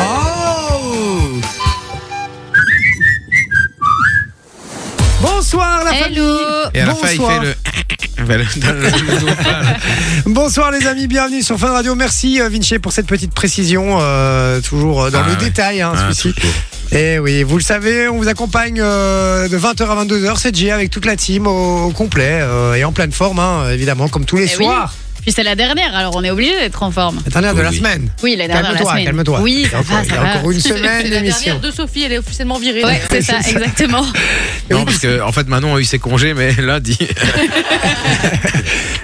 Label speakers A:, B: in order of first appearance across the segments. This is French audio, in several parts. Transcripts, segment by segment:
A: Oh Bonsoir la famille
B: Hello
C: Et à la fin, il
A: Bonsoir.
C: fait le. Enfin, le- dans le- le nouveau plan, là.
A: Bonsoir les amis, bienvenue sur Fun Radio. Merci euh, Vinci pour cette petite précision, euh, toujours euh, dans
C: Ah
A: le
C: ouais.
A: détail hein,
C: Ah,
A: celui-ci.
C: toujours.
A: Et oui, vous le savez, on vous accompagne euh, de 20h à 22h, c'est Jay avec toute la team au, au complet euh, et en pleine forme, hein, évidemment, comme tous les
B: Eh oui.
A: soirs.
B: Puis c'est la dernière, alors on est obligé d'être en forme.
A: La dernière de
C: Oui,
A: la
C: oui.
A: semaine.
B: Oui, la dernière de la
A: Calme-toi,
B: semaine.
A: calme-toi.
B: Oui,
A: Il y a
B: ça va,
A: encore, il y
B: ça
A: a
B: va.
A: encore une
D: C'est
A: semaine
D: la
A: d'émission.
D: dernière de Sophie, elle est officiellement virée.
B: Ouais, c'est ça, exactement.
C: Non, parce que, en fait, Manon a eu ses congés, mais lundi.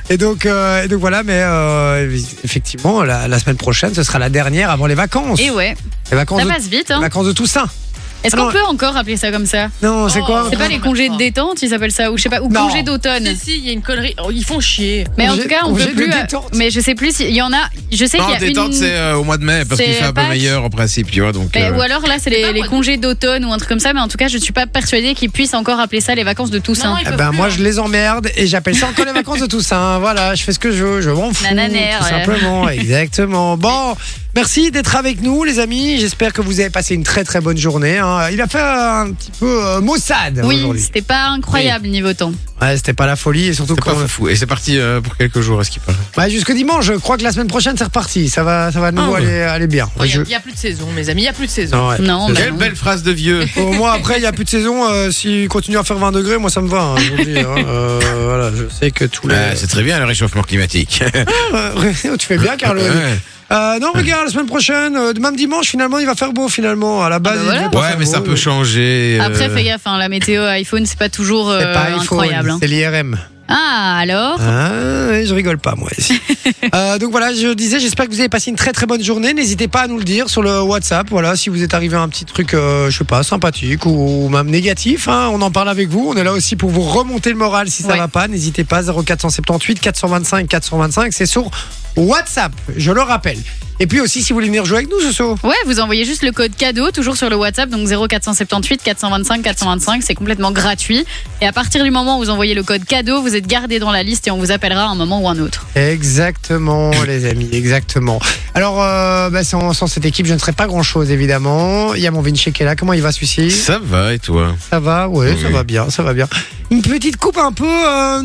A: Et donc, euh, et donc voilà, mais euh, effectivement, la, la semaine prochaine, ce sera la dernière avant les vacances.
B: Et ouais,
A: Les vacances,
B: ça
A: de,
B: passe vite.
A: les
B: Hein.
A: vacances de Toussaint.
B: Est-ce
A: Non.
B: qu'on peut encore appeler ça comme ça
A: Non, c'est
D: Oh,
A: quoi
B: C'est pas les congés de
D: D'accord.
B: détente, ils s'appellent ça, ou je sais pas, ou
A: Non.
B: congés d'automne.
D: Si, si, il y a une connerie. Oh, ils font chier.
B: Mais en
A: Congé-
B: tout cas, on
A: congé
B: peut
A: de
B: plus. euh,
A: détente.
B: Mais je sais plus, s'il y en a. Je sais qu'il
C: Non,
B: y a
C: détente,
B: une.
C: c'est euh, au mois de mai, parce
B: C'est
C: qu'il fait un peu
B: Pâques.
C: meilleur en principe, tu vois. Donc,
B: Mais-
C: euh,
B: ou alors là, c'est
D: pas
B: les, les
D: moi.
B: congés d'automne ou un truc comme ça, mais en tout cas, je ne suis pas persuadée qu'ils puissent encore appeler ça les vacances de Toussaint.
D: Non, ils
A: Eh
D: peuvent
A: ben
D: plus,
A: moi
D: hein.
A: je les emmerde et j'appelle ça encore les vacances de Toussaint. Voilà, je fais ce que je veux, je m'en fous.
B: Nananère,
A: tout
B: ouais.
A: simplement, exactement. Bon, merci d'être avec nous les amis. J'espère que vous avez passé une très très bonne journée. hein. Il a fait un petit peu euh, maussade
B: oui,
A: aujourd'hui.
B: c'était pas incroyable niveau temps.
A: Ouais, c'était pas la folie et surtout
C: c'est pas
A: quand...
C: fou. Et c'est parti euh, pour quelques jours, à ce qu'il paraît.
A: Bah, jusque dimanche. Je crois que la semaine prochaine c'est reparti. Ça va, ça va de nouveau
C: Ah ouais.
A: aller, aller bien.
D: Oh, Il y
A: Je-
D: a- il y a plus de saison, mes amis, il y a plus de saison.
A: Non, ouais.
B: Non, bah
C: Quelle
B: non.
C: belle phrase de vieux.
A: Au moins après, il n'y a plus de saison. euh, S'il continue à faire 20 degrés, moi ça me va. hein, je vous le dis, hein. Euh, voilà, je sais que tous les.
C: Ouais, c'est très bien le réchauffement climatique.
A: Euh, tu fais bien, Carlo.
C: ouais,
A: Euh, non, regarde, la semaine prochaine, euh, même dimanche, finalement, il va faire beau, finalement. À la base,
B: bah
A: il
B: voilà.
A: devait pas
C: Ouais,
A: faire
C: mais ça
A: beau.
C: peut changer. euh,
B: Après, fais gaffe, hein, la météo iPhone, c'est pas toujours euh,
A: C'est pas iPhone,
B: incroyable. hein.
A: c'est l'IRM.
B: Ah, alors
A: Ah, ouais, je rigole pas, moi. ici. Euh, donc voilà, je disais, j'espère que vous avez passé une très très bonne journée. N'hésitez pas à nous le dire sur le WhatsApp. Voilà, si vous êtes arrivé à un petit truc, euh, je sais pas, sympathique ou même négatif, hein, on en parle avec vous. On est là aussi pour vous remonter le moral si ça
B: Ouais.
A: va pas. N'hésitez pas, 0478 425 425, c'est sur WhatsApp, je le rappelle. Et puis aussi, si vous voulez venir jouer avec nous, Soso.
B: Ouais, vous envoyez juste le code cadeau, toujours sur le WhatsApp, donc 0478 425 425, c'est complètement gratuit. Et à partir du moment où vous envoyez le code cadeau, vous êtes gardé dans la liste et on vous appellera à un moment ou un autre.
A: Exactement, les amis, exactement. Alors, euh, bah, sans, sans cette équipe, je ne serais pas grand-chose, évidemment. Il y a mon Vinci qui est là. Comment il va, celui-ci
C: Ça va et toi
A: Ça va, ouais, ça
C: Oui.
A: va bien, ça va bien. Une petite coupe un peu euh,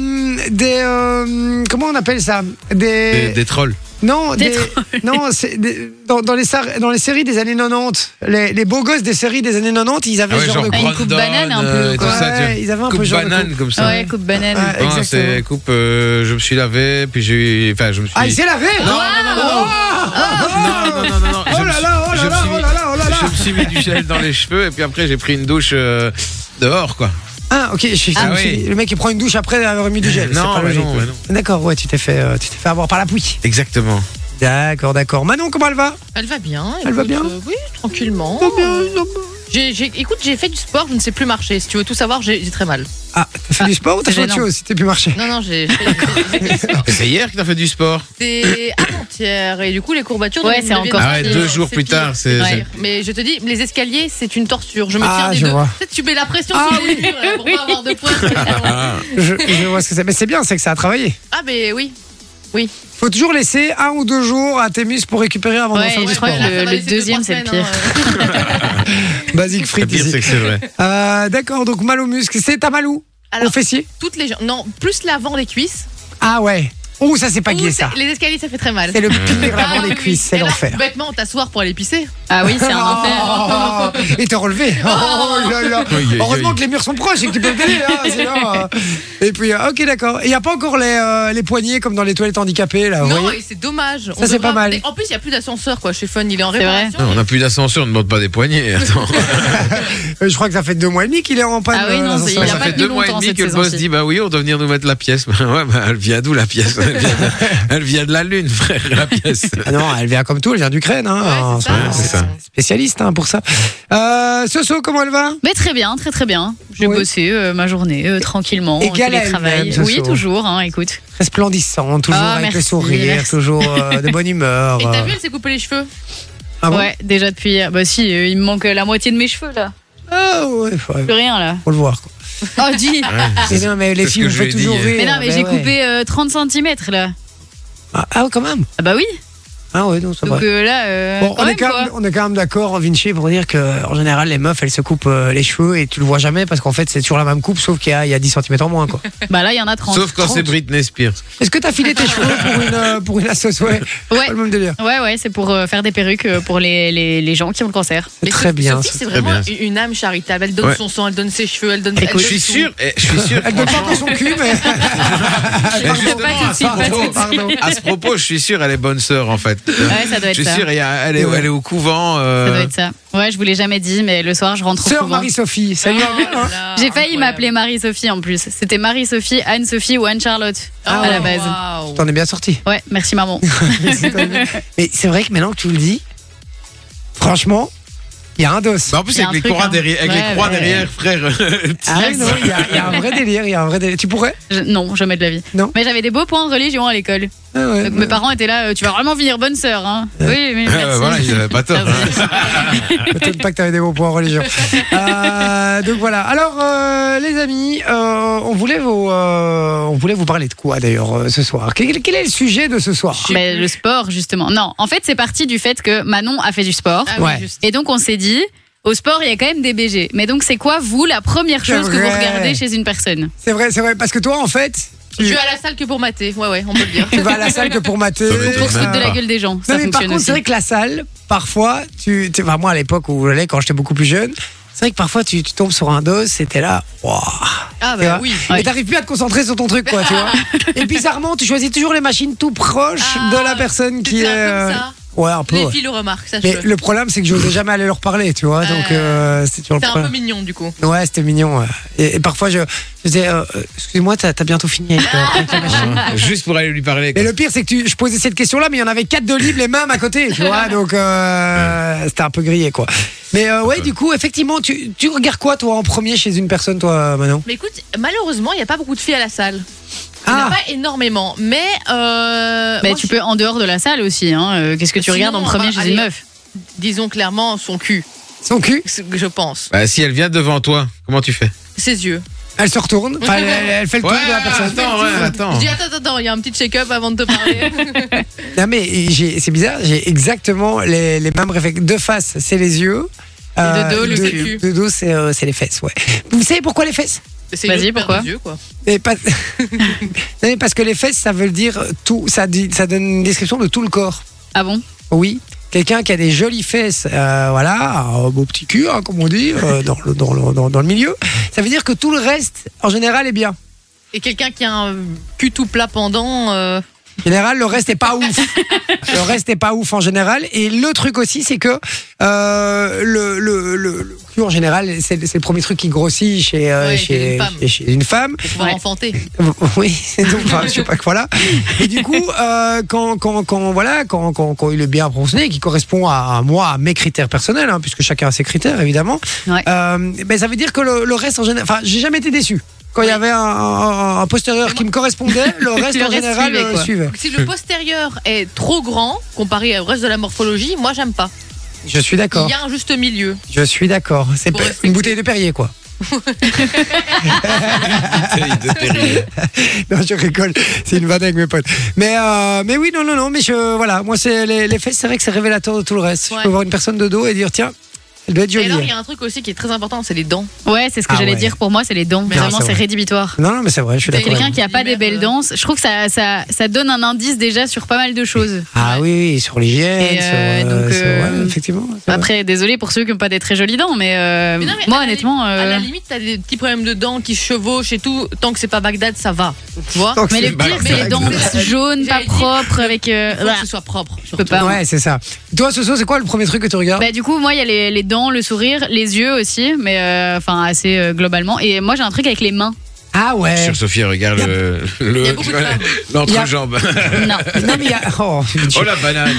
A: des... euh, comment on appelle ça Des...
C: des, des trolls.
A: Non,
B: Des
A: des- non c'est des- dans, dans les, sar- dans les séries des années 90, les, les beaux gosses des séries des années 90, ils avaient
C: Ah ouais,
A: ce genre, de
C: genre
B: Ah,
A: coupe.
B: une coupe banane, un peu,
C: euh, et tout
B: quoi.
C: ça, tu vois.
A: Ouais, ils avaient un peu
C: coupe
A: ce genre de
C: banane
A: coupe.
C: comme ça.
B: Ouais, coupe banane.
A: Ouais,
C: Non,
A: exactement.
C: c'est coupe. euh, je me suis lavé, puis j'ai eu. Enfin, je me suis.
A: Ah, il s'est lavé
C: non,
A: Ah,
C: non, non, non, non. non, non, non, non, non.
A: Oh
C: Je me
A: là
C: suis-
A: là, oh là
C: je me
A: là,
C: suis
A: oh
C: mis-
A: là là, oh là là.
C: Je me suis mis du gel dans les cheveux et puis après j'ai pris une douche euh, dehors quoi.
A: Ah ok, je suis,
C: Ah
A: je suis-
C: oui.
A: le mec il prend une douche après avoir mis du gel. c'est
C: Non,
A: pas
C: bah
A: logique.
C: non,
A: ouais.
C: bah
A: D'accord, ouais, tu t'es fait, euh, tu t'es fait avoir par la pluie.
C: Exactement.
A: D'accord, d'accord. Manon, comment elle va
D: Elle va bien.
A: Elle va
D: écoute,
A: bien
D: euh, Oui, tranquillement.
A: bien.
D: J'ai- j'ai- écoute, j'ai fait du sport, je ne sais plus marcher. Si tu veux tout savoir, j'ai j'ai très mal.
A: Ah, t'as fait
B: Ah,
A: du sport ou t'as
B: c'est
A: fait autre
B: gênant.
A: chose Si t'es plus marché.
D: Non, non, j'ai j'ai fait du sport.
C: Et C'est hier que t'as fait du sport.
D: C'était avant-hier. Et du coup, les courbatures.
B: Ouais,
D: deviennent-
B: c'est encore
D: deviennent-
C: Ah ouais,
D: c'est
C: deux
D: pire,
C: jours
D: c'est
C: plus
D: pire,
C: tard, c'est-
D: pire. Mais je te dis, les escaliers, c'est une torture. Je me
A: Ah,
D: tiens les
A: je
D: deux.
A: vois.
D: Peut-être tu mets la pression
A: Ah
D: sur les murs euh, pour pas avoir de poids.
A: Je, je vois ce que c'est. Mais c'est bien, c'est que ça a travaillé.
D: Ah, mais oui.
A: Faut toujours laisser un ou deux jours à tes muscles pour récupérer avant de
B: Ouais,
A: faire
B: je
A: du
B: crois
A: sport.
B: que le-
D: Ça va
B: le
D: laisser
B: deuxième,
D: deux, trois
B: c'est le
D: semaines, hein, euh.
A: Basique
C: Le
A: frites.
C: pire
A: ici.
C: c'est que c'est vrai.
A: Euh, D'accord, donc mal aux muscles. C'est t'as mal où Au
D: Alors,
A: fessier
D: toutes les gens. Non, plus l'avant des cuisses.
A: Ah ouais. Oh, ça c'est pas
D: Ou
A: gai ça.
D: c'est- Les escaliers, ça fait très mal.
A: C'est le pire
D: Ah,
A: avant les
D: oui,
A: cuisses,
D: oui.
A: c'est
D: Et là,
A: l'enfer.
D: Bêtement, t'asseoir pour aller pisser.
B: Ah oui, c'est un enfer.
A: Oh, et t'es relevé. Oh là là.
C: Oui, oui, oui.
A: Heureusement que les murs sont proches et que tu peux t'aider. hein, sinon, euh. Et puis, euh, ok, d'accord. Il n'y a pas encore les, euh, les poignées comme dans les toilettes handicapées, là. vous
D: Non,
A: voyez
D: et c'est dommage. On
A: Ah Ça, c'est
D: devra-
A: pas mal.
D: Et En plus, il n'y a plus d'ascenseur, quoi. Chez Fun, il est en
B: C'est vrai.
D: réparation.
C: Non, on n'a plus d'ascenseur, on ne demande pas des poignées. Attends.
A: Euh, Je crois que ça fait deux mois et demi qu'il est en panne.
B: Ah oui,
A: euh,
B: non,
A: l'ascenseur.
B: Il a
C: ça
B: pas
C: fait
B: tenu
C: deux mois et
B: longtemps,
C: demi
B: cette
C: que le boss
B: saison-ci.
C: dit bah oui on doit venir nous mettre la pièce. Bah ouais bah elle vient d'où la pièce elle vient, de- elle vient de la lune frère la pièce.
A: Ah non, elle vient comme tout, elle vient d'Ukraine. Hein,
D: Ouais, c'est
A: hein,
C: Ouais,
D: ça.
C: c'est ça.
A: Spécialiste hein, pour ça. Euh, Soso, comment elle va
B: Mais très bien, très très bien. J'ai
A: Oui.
B: bossé euh, ma journée euh, tranquillement,
A: Et
B: en
A: gala
B: télétravail.
A: elle-même, ce
B: Oui,
A: soir.
B: toujours, hein, écoute.
A: Resplendissant, toujours
B: Ah,
A: avec le
B: merci,
A: sourire,
B: merci.
A: toujours euh, de bonne humeur.
D: Et t'as
A: euh.
D: vu, elle s'est coupée les cheveux.
A: Ah bon
B: ouais, déjà depuis hier. Bah si, euh, il me manque la moitié de mes cheveux là.
A: Ah ouais, ouais,
B: Plus rien là.
A: faut le voir. quoi.
B: Oh, dis
C: Ah.
A: Mais non, mais les
C: c'est ce
A: filles,
C: que
A: je
C: je
A: fais
C: lui ai
A: toujours
C: dit,
A: rire.
B: euh, Mais non, mais
A: bah
B: j'ai
A: ouais.
B: coupé euh, 30 cm là.
A: Ah, ah, quand même.
B: Ah bah oui
A: Ah oui, non, c'est
B: Donc
A: vrai.
B: euh, là, euh,
A: Bon, on,
B: quand
A: est
B: même,
A: quand
B: quoi.
A: même, on est quand même d'accord, Vinci, pour dire que en général, les meufs, elles se coupent euh, les cheveux et tu le vois jamais parce qu'en fait, c'est toujours la même coupe, sauf qu'il y a, il y a 10 cm en moins. Quoi.
B: Bah là, il y en a 30.
C: Sauf quand c'est Britney Spears.
A: Est-ce que t'as filé tes cheveux pour une, euh, pour une assoce Ouais.
B: Ouais.
A: Pas le même délire.
B: Ouais, ouais, c'est pour euh, faire des perruques euh, pour les, les, les gens qui ont le cancer.
A: C'est
D: Mais
A: très
D: Sophie-
A: bien.
D: Sophie,
A: ça.
D: c'est vraiment
C: bien, ça.
D: une âme charitable. Elle donne
C: Ouais.
D: son sang, elle donne ses cheveux, elle donne. elle
C: Je
D: donne
C: suis
D: tout.
C: sûr, eh, je suis sûr.
A: Elle donne pas dans son cul, mais.
C: Mais
B: Pardon,
C: ben justement,
B: pas tout de suite, pas
C: à ce
B: tout de
C: propos- À ce propos, je suis sûr, elle est bonne sœur en fait.
B: Ouais, ça doit
C: Je
B: être
C: suis
B: ça.
C: sûr, il y a- elle, est, elle est au couvent. euh,
B: Ça doit être ça. Ouais, je vous l'ai jamais dit, mais le soir, je rentre au
A: Sœur
B: couvent.
A: Marie-Sophie,
D: Ah,
A: salut. hein.
D: voilà.
B: J'ai failli
D: Incroyable.
B: m'appeler Marie-Sophie en plus. C'était Marie-Sophie, Anne-Sophie ou Anne-Charlotte hein,
D: Ah,
B: à la
D: ouais.
B: base.
D: Waouh.
A: T'en es bien sorti.
B: Ouais, merci maman.
A: mais c'est vrai que maintenant que tu le dis, franchement, il y a un dos.
C: bah, en plus,
B: Il y a
C: avec,
B: un
C: les,
B: truc,
C: croix
B: hein.
C: derrière, avec
B: Ouais,
C: les croix
B: ouais.
C: derrière, frère. euh,
A: Ah ouais, non, il y, a- il y a un vrai délire, il y a un vrai délire. Tu pourrais
B: Je- non, jamais de la vie.
A: Non.
B: Mais j'avais des beaux points en religion à l'école.
A: Ah ouais,
B: Donc
A: ouais.
B: mes parents étaient là, euh, tu vas vraiment venir bonne sœur. Hein. Oui, mais
C: euh,
B: merci. Ah,
C: voilà, ils avaient pas tort. hein.
A: Peut-être pas que t'avais des bons points en religion. Euh, donc voilà. Alors euh, les amis, euh, on voulait vous, euh, on voulait vous parler de quoi d'ailleurs euh, ce soir. Quel, quel est le sujet de ce soir
D: Je sais
B: Mais
D: plus.
B: le sport, justement. Non, en fait, c'est parti du fait que Manon a fait du sport.
D: Ah oui,
A: Ouais.
D: juste.
B: Et donc, on s'est dit, au sport, il y a quand même des BG. Mais donc, c'est quoi, vous, la première
A: C'est
B: chose que vous
A: vrai.
B: regardez chez une personne
A: C'est vrai, c'est vrai, parce que toi en fait,
D: Je
A: tu,
D: suis à la salle que pour mater. Ouais, ouais, on peut le dire.
A: tu vas à la salle que pour mater.
C: Ça veut dire
B: Pour se foutre
C: même
B: de la
C: pas.
B: gueule des gens. Ça
A: Ah. Non mais par
B: fonctionne
A: contre, c'est vrai
B: aussi.
A: que la salle, parfois, tu, tu- enfin, moi à l'époque où je l'ai, quand j'étais beaucoup plus jeune, c'est vrai que parfois tu, tu tombes sur un dos, c'était là, waouh.
D: Ah,
A: Tu vois
D: bah oui.
B: Ouais.
A: Et t'arrives plus à te concentrer sur ton truc, quoi, tu vois. Et bizarrement, tu choisis toujours les machines tout proches
D: Ah,
A: de la personne qui est.
D: C'est un
A: euh,
D: comme ça.
A: Ouais, un peu.
D: Les
A: ouais.
D: filles le remarquent, ça
A: Mais le problème, c'est que j'osais jamais aller leur parler, tu vois. Donc, euh, c'était toujours le
D: C'est un peu
A: problème.
D: mignon du coup.
A: Ouais, c'était mignon. ouais. Et, et parfois, je, je disais, euh, euh, excuse-moi, t'as t'as bientôt fini avec, euh, avec la machine.
C: hein. Juste pour aller lui parler. quoi.
A: Et le pire, c'est que tu- je posais cette question-là, mais il y en avait quatre de libres les mêmes à côté, tu vois. Donc, euh, c'était un peu grillé, quoi. Mais euh, ouais, du coup, effectivement, tu, tu regardes quoi, toi, en premier chez une personne, toi, Manon
D: Mais écoute, malheureusement, il n'y a pas beaucoup de filles à la salle. Il n'y en
A: Ah
D: a pas énormément. Mais. Euh,
B: Mais
D: moi,
B: Bah, tu
D: je-
B: peux en dehors de la salle aussi. hein. Euh, Qu'est-ce que tu
D: Sinon,
B: regardes en
D: bah,
A: ah,
B: premier chez
D: allez.
B: une meuf
D: Disons clairement son cul,
A: Son cul
D: ce que je pense.
C: Bah, si elle vient devant toi, comment tu fais
D: Ses yeux.
A: Elle se retourne, enfin, elle, elle- elle fait le tour de la personne.
C: attends, ouais,
D: Je
C: attends.
D: dis attends, attends, attends, il y a un petit check-up avant de te parler.
A: Non mais j'ai- c'est bizarre, j'ai exactement les, les mêmes réflexes. De face, c'est les yeux. Euh,
D: de dos, le
A: de,
D: cul.
A: de dos, c'est euh, c'est les fesses, ouais. Vous savez pourquoi les fesses
D: C'est
B: Vas-y,
D: une paire
B: pourquoi
D: de yeux, quoi.
A: Et pas- Non, mais Parce que les fesses, ça veut dire tout, ça, dit- ça donne une description de tout le corps.
B: Ah bon
A: Oui. Quelqu'un qui a des jolies fesses, euh, voilà, un beau petit cul, hein, comme on dit, euh, dans, le, dans, le, dans- dans le milieu, ça veut dire que tout le reste, en général, est bien.
D: Et quelqu'un qui a un cul tout plat pendant. euh,
A: En général, le reste est pas ouf. Le reste est pas ouf en général. Et le truc aussi, c'est que euh, le, le, le, le cul en général, c'est c'est le premier truc qui grossit chez, euh,
D: Ouais, chez
A: chez,
D: une femme.
A: chez- chez une femme.
D: Pour pouvoir
B: Ouais.
D: enfanter.
A: Oui, c'est donc, enfin, je sais pas que voilà. Et du coup, euh, quand, quand, quand, voilà, quand, quand, quand il est bien prononcé, qui correspond à, à moi, à mes critères personnels, hein, puisque chacun a ses critères évidemment,
B: Ouais.
A: euh, ben, ça veut dire que le, le reste en général. Enfin, j'ai jamais été déçu. Quand il y avait un, un- un postérieur qui me correspondait, le reste
B: Le
A: en
B: reste
A: général
B: suivait,
A: euh,
B: quoi.
A: suivait.
D: Si le postérieur est trop grand comparé au reste de la morphologie, moi j'aime pas.
A: Je suis d'accord.
D: Il y a un juste milieu.
A: Je suis d'accord. C'est
D: Pour
A: pe-
D: respecter.
A: une bouteille de Perrier, quoi. Non, je rigole. C'est une vanne avec mes potes. Mais, euh, mais oui, non, non, non. Mais je, voilà, moi, c'est les, les fesses, c'est vrai que c'est révélateur de tout le reste. Je
D: Ouais.
A: peux voir une personne de dos et dire, tiens, elle doit être
D: Et
A: jolie. hein.
D: alors il y
A: elle.
D: a un truc aussi qui est très important, c'est les dents.
B: Ouais, c'est ce que
A: Ah
B: j'allais
A: ouais.
B: dire pour moi, c'est les dents.
D: Mais
A: non,
B: Vraiment,
A: c'est
B: c'est
A: vrai.
B: rédhibitoire.
A: Non, non, mais c'est vrai, je suis
D: Mais
A: d'accord.
B: Quelqu'un
A: avec
B: qui a pas des
D: euh.
B: belles dents, je trouve que ça, ça, ça donne un indice déjà sur pas mal de choses.
A: vous. Ah oui, oui, sur l'hygiène,
B: Et,
A: sur, euh,
B: euh, donc,
A: sur-
B: euh,
A: ouais, effectivement. c'est vrai.
B: Après, désolé pour ceux qui n'ont pas des très jolies dents, mais, euh,
D: Mais non, mais à
B: moi
D: la
B: honnêtement.
D: li-
B: euh,
D: à la limite, t'as des petits problèmes de dents qui se chevauchent et tout. Tant que c'est pas Bagdad, ça va. Tu vois
A: Tant que
B: mais
A: c'est
B: le
A: pas-
B: pire, c'est
A: c'est
B: les
A: vrai
B: dents
A: que c'est-
B: jaunes, pas
D: J'allais dire.
B: propres, avec. euh,
D: Faut que
B: voilà.
D: ce soit propre.
B: Je peux pas. hein. moi.
A: Ouais, c'est ça. Toi, Soso, c'est quoi le premier truc que tu regardes
B: Bah, du coup, moi, il y a les, les dents, le sourire, les yeux aussi, mais euh, enfin assez euh, globalement. Et moi, j'ai un truc avec les mains.
A: Ah ouais.
C: Sur Sophie, regarde le-
D: Il y a
C: le-
D: beaucoup de femmes.
C: l'entrejambe.
B: Non.
A: Non, mais il y a, oh,
C: Oh la banane.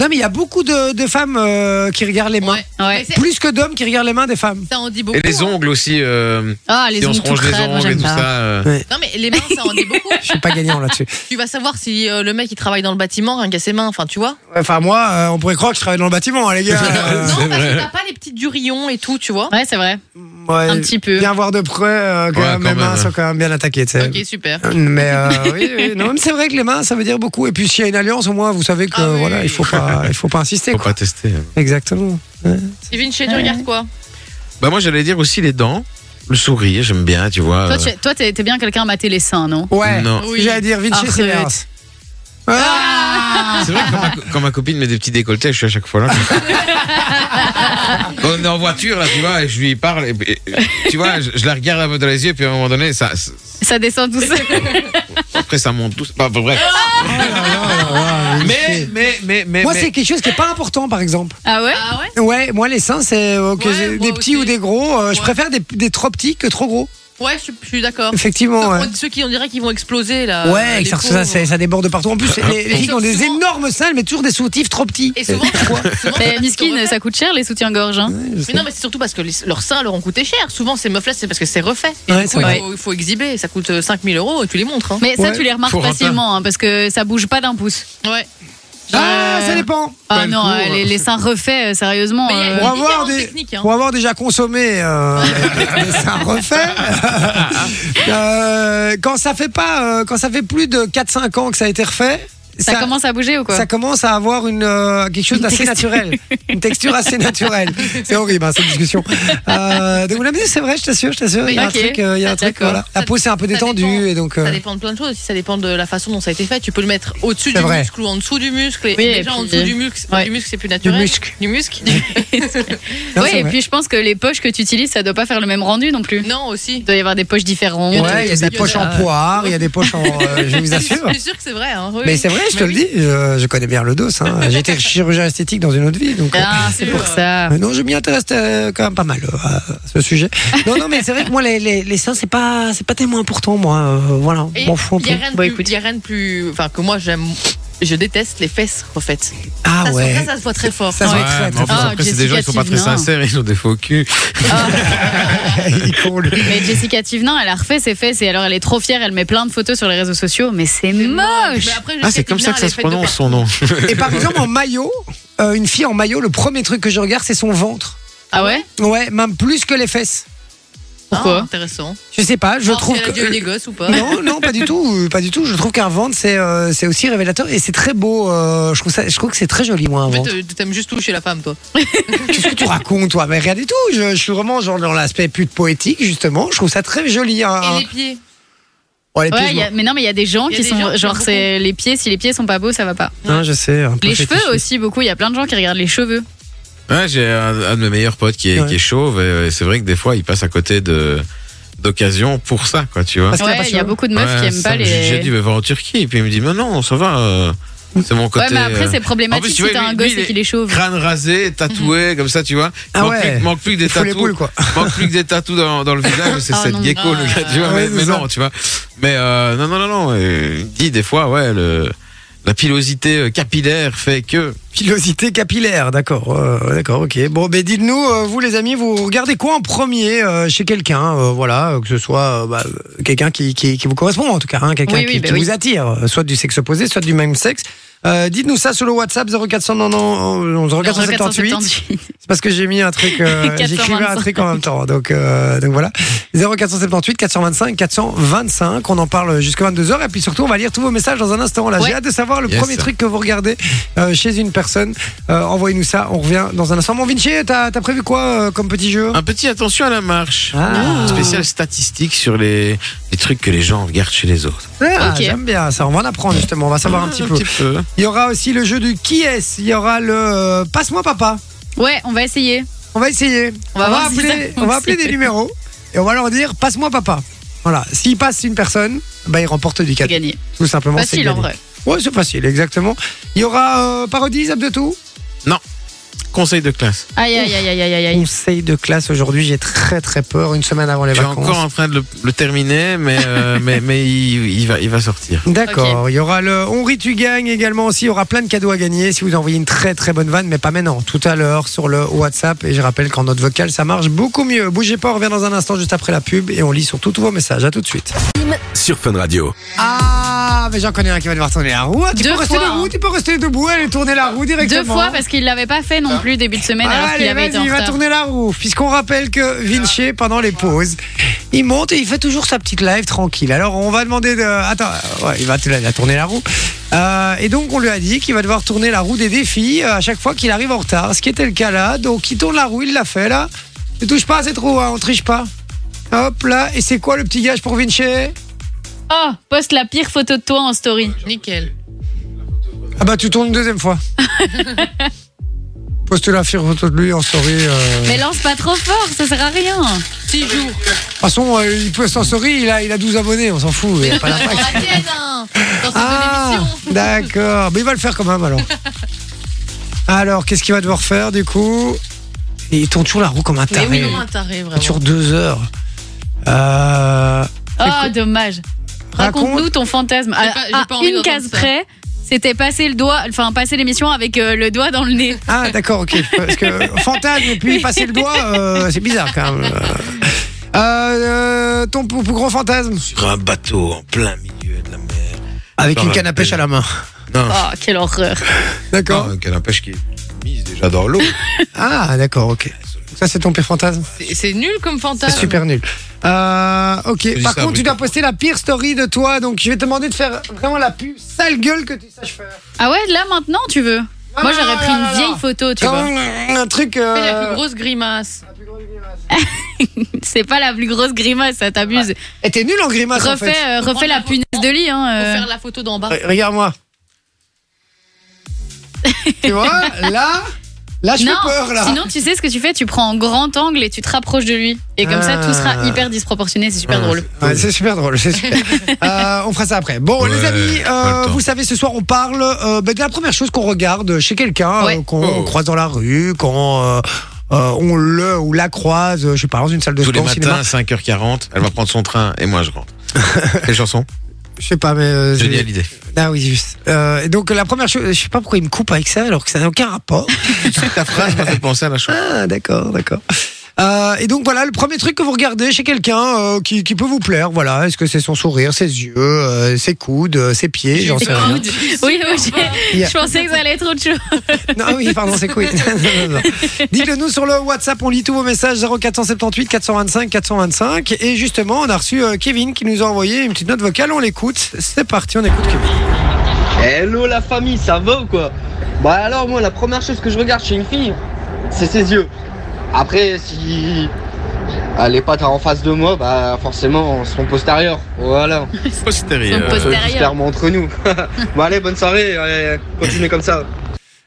A: non, mais il y a beaucoup de, de femmes euh, qui regardent les mains.
D: Ouais.
B: Ouais.
D: Mais c'est-
A: Plus que d'hommes qui regardent les mains des femmes.
D: Ça en dit beaucoup.
C: Et les
D: hein.
C: ongles aussi. euh,
B: Ah, les
C: si on
B: ongles
C: se
B: tout
C: ronge les
B: crades, moi,
C: ongles et
B: j'aime
C: tout
B: pas.
C: ça. euh,
D: Non mais les mains, ça en dit beaucoup.
A: Je suis pas gagnant là-dessus.
D: tu vas savoir si euh, le mec il travaille dans le bâtiment rien qu'à ses mains. Enfin, tu vois.
A: Enfin, moi, euh, on pourrait croire que je travaille dans le bâtiment, hein, les gars.
D: non,
A: Euh,
D: parce que t'as pas les petits durillons et tout, tu vois.
B: Ouais, c'est vrai.
A: ouais, Ouais,
B: un petit peu.
A: Euh, Bien voir de près, euh, quand
C: Ouais,
A: même,
C: quand
A: mes mains
C: même,
A: sont quand même bien attaquées, tu sais.
D: Ok, super.
A: Mais euh, oui, oui, non, mais c'est vrai que les mains, ça veut dire beaucoup. Et puis s'il y a une alliance, au moins, vous savez que
D: Ah oui.
A: voilà, il faut pas, il faut pas insister.
C: Faut
A: Quoi.
C: pas tester.
A: Exactement.
D: Yvine, chez tu regardes quoi
C: Bah, moi, j'allais dire aussi les dents, le sourire, j'aime bien, tu vois.
B: Toi,
C: euh,
B: tu- toi, t'es t'es bien quelqu'un à mater les seins, non
A: Ouais.
C: Non.
A: Oui. J'allais dire Vinci,
B: Arrête.
A: c'est l'inverse. Ah
C: C'est vrai que quand ma, quand ma copine met des petits décolletés, je suis à chaque fois là. quand on est en voiture, là, tu vois, et je lui parle, et, et- tu vois, je, je la regarde un peu dans les yeux, puis à un moment donné, ça, ça-
B: Ça descend tout seul.
C: après, ça monte tout. Bah, bref.
A: Oh
C: Mais, mais, mais, mais.
A: Moi,
C: mais-
A: c'est quelque chose qui est pas important, par exemple.
B: Ah ouais
D: Ah ouais
A: Ouais, moi, les seins, c'est euh, que
D: Ouais,
A: j'ai-
D: moi
A: des petits
D: aussi.
A: ou des gros. euh, Je
D: Ouais.
A: préfère des, des trop petits que trop gros.
D: Ouais, je suis- je suis d'accord.
A: Effectivement.
D: Sauf
A: ouais.
D: qu'on- Ceux qui on dirait qu'ils vont exploser là.
A: Ouais,
D: euh, les
A: parce que
D: pauvres.
A: ça, c'est- ça déborde de partout. En plus, les les filles ont des
D: souvent-
A: énormes seins, mais toujours des soutifs trop petits.
D: Et souvent, souvent
B: Mais Niskin, ça coûte cher les soutiens-gorge. Hein.
D: Mais non, mais c'est surtout parce que les- leurs seins leur ont coûté cher. Souvent, ces meufs-là, c'est parce que c'est refait. Et
A: Ouais,
D: du
A: c'est
D: coup, il
A: vrai.
D: faut, il faut exhiber. Ça coûte 5000 euros et tu les montres. Hein.
B: Mais ça,
A: Ouais.
B: tu les remarques
C: Faut
B: facilement hein, parce que ça bouge pas d'un pouce.
D: Ouais.
A: Ah,
B: Euh,
A: ça dépend.
B: Ah
C: Pas le
B: non,
C: coup,
B: euh, les,
C: hein.
B: les seins refaits, euh, sérieusement.
D: Mais il y a
B: euh,
A: Pour
D: différentes
A: avoir, des-
D: techniques, hein.
A: pour avoir déjà consommé euh, des seins refaits, euh, quand ça fait pas, euh, quand ça fait plus de 4-5 ans que ça a été refait,
B: ça, commence à bouger ou quoi
A: ça commence à avoir une, euh, quelque chose
B: Une
A: d'assez
B: texture.
A: naturel, une texture assez naturelle. C'est horrible hein, cette discussion. Euh, donc mais c'est vrai, je t'assure, je t'assure. Il y a
B: Ok.
A: un truc, euh, il y a un truc
D: D'accord.
A: voilà. La peau c'est un peu
D: ça dépend.
A: détendue et donc. euh,
D: Ça dépend de plein de choses. Si ça dépend de la façon dont ça a été fait, tu peux le mettre au-dessus
A: C'est
D: du
A: vrai.
D: muscle ou en dessous du muscle. Et
B: Oui, et
D: déjà en
B: puis-
D: dessous du muscle,
B: Ouais.
D: du muscle, c'est plus naturel.
A: muscle.
D: Du muscle.
A: non,
B: Oui,
A: c'est
B: et
A: vrai.
B: puis je pense que les poches que tu utilises, ça doit pas faire le même rendu non plus.
D: non aussi.
B: Il doit y avoir des poches différentes.
D: y a
A: Ouais,
D: des- euh,
A: il y a des
D: il y a
A: poches
D: des-
A: en poire, il y a des poches en. euh, je vous
D: Je suis
A: assure.
D: je suis sûre que c'est vrai. Hein. Oui.
A: Mais c'est vrai, je te le dis, je, je connais bien le dos. Hein. J'ai été chirurgien esthétique dans une autre vie. Donc, euh,
B: Ah, c'est pour ça.
A: euh, non, je m'y intéresse euh, quand même pas mal euh, à ce sujet. Non, non, mais c'est vrai que moi, les, les, les seins, c'est pas, c'est pas tellement important, moi. euh, voilà,
D: Et
A: je m'en fous un
D: Il y a
A: peu.
D: rien de
B: Bon,
D: plus.
B: écoute.
D: il y a rien de plus. Enfin, que moi j'aime. Je déteste les fesses refaites.
A: Ah
D: Ça,
A: ouais.
D: ça, ça se voit très fort.
A: Ça,
C: Ouais,
A: va être très,
C: mais
A: très
C: en plus,
B: fort.
C: après, c'est des gens qui sont pas très
B: Jessica Tivna.
C: sincères, ils ont des faux culs.
A: Il est con, lui.
B: Mais Jessica Tivnin, elle a refait ses fesses et alors elle est trop fière, elle met plein de photos sur les réseaux sociaux, mais c'est moche
D: Mais après, je
C: Ah,
D: sais
C: c'est comme ça
D: bien,
C: que ça
D: elle
C: se
D: est faite de
C: prononce son nom.
A: Et par exemple, en maillot, euh, une fille en maillot, le premier truc que je regarde, c'est son ventre.
B: Ah ouais
A: Ouais, même plus que les fesses.
B: Pourquoi
D: Ah, Intéressant.
A: Je sais pas, je
D: Alors,
A: trouve
D: si elle a
A: que.
D: déjà eu des gosses ou pas
A: Non, non, pas du tout, euh, pas du tout. Je trouve qu'un ventre, c'est euh, c'est aussi révélateur et c'est très beau. euh, je trouve ça, je trouve que c'est très joli, moi, un
D: En fait,
A: ventre.
D: euh, t'aimes juste toucher la femme, toi.
A: Qu'est-ce que tu racontes, toi Mais rien du tout. Je, je suis vraiment genre dans l'aspect plus poétique, justement. Je trouve ça très joli. hein.
D: Et les pieds
A: Oh, les pieds,
B: Ouais,
A: je
B: y a- mais non, mais il y a des gens
D: Y a
B: qui
D: des
B: sont.
D: gens qui
B: genre,
D: aiment
B: c'est les pieds, si les pieds sont pas beaux, ça va pas.
A: m'en- Hein, je sais. un peu
B: Les cheveux
A: fétichiste.
B: aussi, beaucoup. Il y a plein de gens qui regardent les cheveux.
C: Ah, Ouais, j'ai un, un de mes meilleurs potes qui est,
A: Ouais.
C: qui est chauve, et euh, c'est vrai que des fois, il passe à côté de d'occasions pour ça, quoi, tu vois.
A: Parce qu'il y a
B: Ouais,
A: pas
B: il y a
A: cheveux.
B: beaucoup de meufs
C: Ouais,
B: qui aiment
C: ça,
B: pas
C: J'ai déjà
B: les.
C: dit, mais va en Turquie. Et puis il me dit, mais non, ça va. euh, c'est mon côté.
B: Ouais, mais après,
C: euh,
B: c'est
C: En plus,
B: problématique
C: tu
B: si
C: vois,
B: t'as un
C: lui,
B: gosse
C: lui,
B: et qu'il est chauve.
C: crâne rasé, tatoué, comme ça, tu vois.
A: Ah
C: manque,
A: ouais.
C: plus, manque plus que des
A: Il faut les boules,
C: tatous.
A: quoi.
C: Manque plus que des tatous dans, dans le visage, mais c'est
B: Ah
C: cette
B: non.
C: gecko, le gars, tu vois.
A: Ah
C: mais
A: ouais, c'est
C: mais
A: ça.
C: non, tu vois. Mais euh, non, non, non, non. euh, Il dit des fois, ouais, le, la pilosité euh, capillaire fait que.
A: Pilosité capillaire, d'accord. euh, d'accord, ok. Bon, ben dites-nous, euh, vous les amis, vous regardez quoi en premier euh, chez quelqu'un euh, Voilà, euh, que ce soit euh, bah, euh, quelqu'un qui, qui, qui vous correspond, en tout cas, hein, quelqu'un
B: Oui,
A: qui,
B: oui, bah
A: qui
B: oui.
A: vous attire, euh, soit du sexe opposé, soit du même sexe. Euh, dites-nous ça sur le WhatsApp 0490 478.
B: 478.
A: C'est parce que j'ai mis un truc, euh,
B: 425.
A: j'écrivais un truc en même temps. Donc, euh, donc voilà. 0478 425 425. On en parle jusqu'à 22h. Et puis surtout, on va lire tous vos messages dans un instant. Là,
B: Ouais.
A: j'ai hâte de savoir le
C: Yes.
A: premier truc que vous regardez euh, chez une personne. Euh, Envoyez-nous ça. On revient dans un instant. Mon Vinci, t'as t'as prévu quoi euh, comme petit jeu
C: Un petit attention à la marche.
A: Ah.
C: Spécial statistique sur les, les trucs que les gens regardent chez les autres.
A: Ah,
B: Ok.
A: J'aime bien ça. On va en apprendre justement. On va savoir un petit peu.
C: peu.
A: Il y aura aussi le jeu du qui est Il y aura le euh, passe-moi papa.
B: Ouais, on va essayer.
A: On va essayer.
B: On va voir si ça
A: appeler, on va
B: fonctionne.
A: appeler des numéros et on va leur dire passe-moi papa. Voilà, s'il passe une personne, bah, il remporte du
B: C'est
A: cadeau.
B: gagné.
A: Tout simplement, c'est
B: Facile en
A: gagné.
B: vrai.
A: Ouais, c'est facile, exactement. Il y aura euh, parodie, zap de tout.
C: Conseil de classe.
B: Aïe, aïe, aïe, aïe, aïe, aïe, aïe.
A: Conseil de classe aujourd'hui, j'ai très très peur une semaine avant les
C: Je suis
A: vacances.
C: encore en train de le, le terminer, mais, euh, mais, mais il, il va, il va sortir.
A: D'accord, il y aura le on rit tu gagnes également aussi, il y aura plein de cadeaux à gagner si vous envoyez une très très bonne vanne mais pas maintenant, tout à l'heure sur le WhatsApp et je rappelle qu'en note vocale ça marche beaucoup mieux. Bougez pas, on revient dans un instant juste après la pub et on lit surtout tous vos messages. À tout de suite.
E: sur Fun Radio.
A: Ah, mais j'en connais un qui va devoir tourner la roue. Ah, tu
B: Deux
A: peux rester
B: fois,
A: debout,
B: hein.
A: tu peux rester debout, allez tourner la roue directement.
B: Deux fois parce qu'il l'avait pas fait non plus début de semaine alors qu'il
A: Allez,
B: avait été en
A: vas-y, va
B: retard.
A: tourner la roue. Puisqu'on rappelle que Vinci, pendant les pauses, il monte et il fait toujours sa petite live tranquille. Alors, on va demander de. Attends, ouais, il va te- la tourner la roue. Euh, et donc, on lui a dit qu'il va devoir tourner la roue des défis euh, à chaque fois qu'il arrive en retard. Ce qui était le cas là. Donc, il tourne la roue, il l'a fait là. Ne touche pas à cette roue, hein, on triche pas. Hop là, et c'est quoi le petit gage pour Vinci
B: Oh, poste la pire photo de toi en story.
D: Nickel.
A: Ah bah, tu tournes une deuxième fois. Poste la fière photo de lui en story. euh.
B: Mais lance pas trop fort, ça sert à rien.
D: Six jours.
A: De toute façon, euh, il peut s'en sortir, il a, il a 12 abonnés, on s'en fout. il y a pas d'impact.
D: La tienne, hein, Dans cette
A: Ah,
D: émission.
A: d'accord. Mais il va le faire quand même alors. Alors, qu'est-ce qu'il va devoir faire du coup Il tourne toujours la roue comme un
D: Mais oui,
A: taré.
D: non, un taré, vraiment.
A: Sur deux heures. Euh,
B: Oh, dommage. Raconte-nous ton fantasme.
D: J'ai
B: À-
D: pas- j'ai
B: à
D: pas envie
B: une
D: d'entendre
B: case
D: ça.
B: près, c'était passer le doigt, enfin passer l'émission avec euh, le doigt dans le nez.
A: Ah, d'accord, ok. Parce que fantasme et puis passer le doigt, euh, c'est bizarre quand même. Euh, euh, ton plus plus grand fantasme
C: Sur un bateau en plein milieu de la mer.
A: Avec
C: Par
A: une
C: la
A: canne à pêche à
C: pelle.
A: la main.
C: Non,
B: Oh, quelle horreur.
A: D'accord.
C: non, qu'elle empêche qui est mise déjà dans l'eau.
A: Ah, d'accord, ok. Ça, c'est ton pire fantasme
D: C'est- C'est nul comme
A: C'est
D: fantasme.
A: super nul. Euh, ok.
C: dis
A: Par
C: ça,
A: contre, tu
C: oui.
A: dois poster la pire story de toi. Donc, je vais te demander de faire vraiment la plus sale gueule que tu saches faire.
B: Ah ouais, là maintenant tu veux
A: Ah,
B: Moi j'aurais pris
A: là, là,
B: une
A: là.
B: vieille photo, tu vois.
A: Comme un truc. euh,
D: Fais la plus grosse grimace.
B: C'est pas la plus grosse grimace, ça t'abuse.
A: Et t'es nul en grimace en
B: Refais,
A: fait.
B: euh, refais la punaise de lit. Hein,
D: Faut
B: euh.
D: faire la photo d'en bas.
A: Re- Regarde-moi. tu vois, là, là, je fais
B: Non,
A: peur là.
B: sinon tu sais ce que tu fais, tu prends en grand angle et tu te rapproches de lui. Et comme ça
A: Ah.
B: tout sera hyper disproportionné, c'est super
C: Ah,
B: drôle.
A: Ouais, c'est super drôle, c'est super. Euh, on fera ça après. Bon,
C: Ouais,
A: les amis,
C: pas
A: euh,
C: le temps.
A: vous savez, ce soir, on parle euh, ben, de la première chose qu'on regarde chez quelqu'un,
B: Ouais.
A: euh, qu'on
C: Oh.
A: croise dans la rue, quand euh, euh, on le ou la croise, euh, je sais pas, dans une salle de
C: Tous les
A: sport, au cinéma.
C: matins, 5h40, elle va prendre son train et moi je rentre. Quelle chanson
A: Je sais pas, mais. euh, c'est-
C: Génial idée.
A: Ah oui, juste. Euh, et donc, la première chose, je sais pas pourquoi il me coupe avec ça, alors que ça n'a aucun rapport.
C: Ta phrase m'a fait penser à la chanson.
A: Ah, d'accord, d'accord. Euh, et donc voilà, le premier truc que vous regardez chez quelqu'un euh, qui, qui peut vous plaire, voilà, est-ce que c'est son sourire, ses yeux, euh, ses coudes, euh, ses pieds, j'en
B: Les
A: sais rien.
B: coudes. Oui, oui, j'ai-
A: Yeah.
B: je pensais que ça allait être autre chose.
A: Non, oui, pardon, c'est couilles. Non, non, non. Dites-le nous sur le WhatsApp, on lit tous vos messages 0478 425 425. Et justement, on a reçu euh, Kevin qui nous a envoyé une petite note vocale, on l'écoute. C'est parti, on écoute
E: Eh,
A: Kevin.
E: Hello la famille, ça va ou quoi Bah alors moi la première chose que je regarde chez une fille, c'est ses yeux. Après si elle est pas en face de moi, bah forcément son postérieur. Voilà,
C: Postérieure.
B: Son postérieur. Derrière.
E: clairement entre nous. bon allez, bonne soirée, allez, continuez comme ça.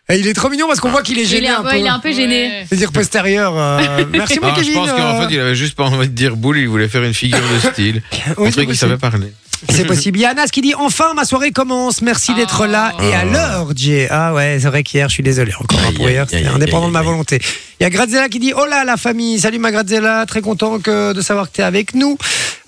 A: Et Eh, il est trop mignon parce qu'on voit qu'il est
B: Il
A: gêné
B: est
A: un
B: un,
A: peu. hein.
B: peu, il est un peu gêné.
D: Ouais.
A: C'est-à-dire postérieur. euh, Merci, moi,
C: Ah,
A: Kevin.
C: je pense qu'en
A: euh,
C: fait, il avait juste pas envie de dire boule, il voulait faire une figure de style.
A: oui,
C: un
A: c'est
C: truc qu'il
A: possible.
C: savait parler.
A: C'est possible. Il y a Anas qui dit enfin ma soirée commence. Merci d'être
D: Oh.
A: là et à
C: Ah.
A: l'heure, Jay. Ah ouais, c'est vrai qu'hier, je suis désolé encore hein,
C: Aïe,
A: pour hier.
C: aïe,
A: C'était
C: aïe,
A: indépendant
C: aïe,
A: de ma
C: aïe.
A: volonté. Il y a Graziella qui dit hola la famille. Salut ma Graziella, très content que, de savoir que t'es avec nous.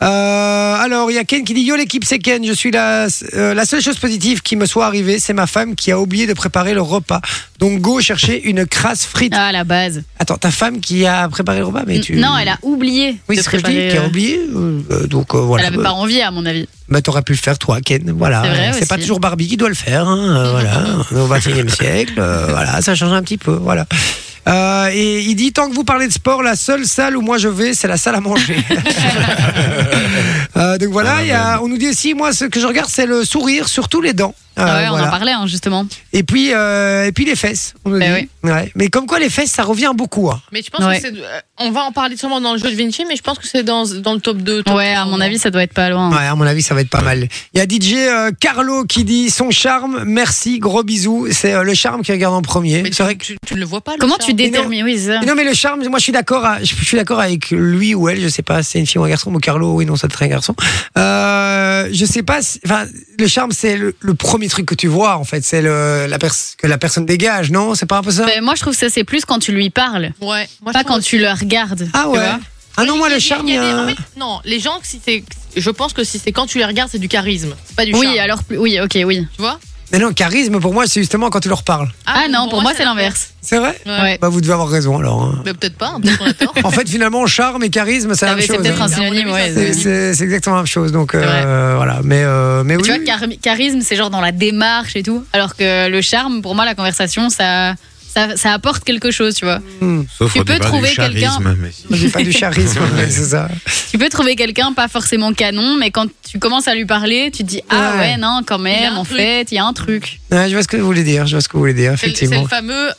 A: Euh, alors il y a Ken qui dit yo l'équipe c'est Ken. Je suis la euh, la seule chose positive qui me soit arrivée, c'est ma femme qui a oublié de préparer le repas. Donc go chercher une crasse frite.
B: Ah, la base.
A: Attends, ta femme qui a préparé le repas, mais tu
B: Non, elle a oublié.
A: oui,
B: de
A: c'est ce que je dis,
B: préparer,
A: qui a
B: euh,
A: oublié. euh, euh, donc euh,
B: Elle
A: voilà.
B: avait pas envie, à mon avis.
A: Bah, t'aurais pu le faire toi, Ken. Voilà.
B: C'est vrai
A: pas
B: aussi.
A: toujours Barbie qui doit le faire. hein, euh, voilà. On est Au 21 e siècle. euh, voilà, ça change un petit peu. Voilà. Euh, et il dit tant que vous parlez de sport, la seule salle où moi je vais, c'est la salle à manger. Euh, donc voilà, il y a- on nous dit aussi moi ce que je regarde, c'est le sourire sur tous les dents. Euh,
B: Ah ouais, on
A: voilà.
B: en parlait, hein, justement.
A: Et puis euh, et puis les fesses. on nous
B: Eh
A: dit. Ouais. Mais comme quoi les fesses, ça revient beaucoup. hein.
D: Mais je pense
B: Ouais.
D: que c'est. euh, On va en parler sûrement dans le jeu de Vinci, mais je pense que c'est dans, dans le top 2. top
B: Ouais, à
D: trois,
B: mon
D: ouais.
B: avis, ça doit être pas loin.
A: Ouais, à mon avis, ça va être pas mal. Il y a DJ euh, Carlo qui dit son charme, merci, gros bisous. C'est euh, le charme qui regarde en premier.
D: Mais
A: C'est vrai que
D: tu, tu ne le vois pas. le
B: Comment
D: chat.
B: tu détermines Oui, c'est ça.
A: Mais Non mais le charme, moi je suis d'accord, à- je je suis d'accord avec lui ou elle, je sais pas, c'est une fille ou un garçon, mon Carlo, oui non ça serait un garçon. Euh, je sais pas, si- enfin le charme c'est le, le premier truc que tu vois en fait, c'est le la pers- que la personne dégage, non C'est pas un peu ça
B: Mais moi, je trouve que ça, c'est plus quand tu lui parles,
D: Ouais. Moi, je
B: pas
D: trouve
B: quand
D: aussi.
B: tu le regardes.
A: Ah
B: tu
A: ouais.
B: vois.
A: Ah non moi
D: Il
A: le
D: y a- il y a
A: charme,
D: des-
A: il y a-
D: en fait, non, les gens, si c'est, je pense que si c'est quand tu les regardes, c'est du charisme. C'est pas du
B: Oui,
D: charme,
B: alors, plus- oui, ok, oui.
D: tu vois
A: Mais non, charisme, pour moi, c'est justement quand tu leur parles.
B: Ah non, pour moi, c'est l'inverse.
A: C'est vrai
D: Ouais.
B: Ouais.
A: Bah, vous devez avoir raison alors. hein.
D: Mais peut-être pas, peut-être qu'on a tort.
A: En fait, finalement, charme et charisme, c'est la
B: Ah,
A: même
B: mais C'est
A: chose.
B: peut-être
A: hein.
B: un synonyme, ouais.
A: C'est- C'est c'est exactement la même chose. Donc, euh, voilà. Mais, euh, mais oui.
B: Tu vois,
A: oui.
B: char- charisme, c'est genre dans la démarche et tout. Alors que le charme, pour moi, la conversation, ça, ça, ça apporte quelque chose, tu vois.
C: Sauf
B: Tu
C: au
B: peux
C: départ du
B: trouver quelqu'un-
C: charisme, mais-
A: On dit pas du charisme, mais c'est ça.
B: Tu peux trouver quelqu'un pas forcément canon, mais quand tu commences à lui parler, tu te dis Ah
A: Ouais.
B: ouais, non, quand
D: Il y a
B: même,
D: un
B: en
D: truc.
B: fait, il y a un truc.
A: Ouais, je vois ce que vous voulez dire. Je vois ce que vous voulez dire,
D: C'est le- c'est le
A: effectivement.
D: fameux.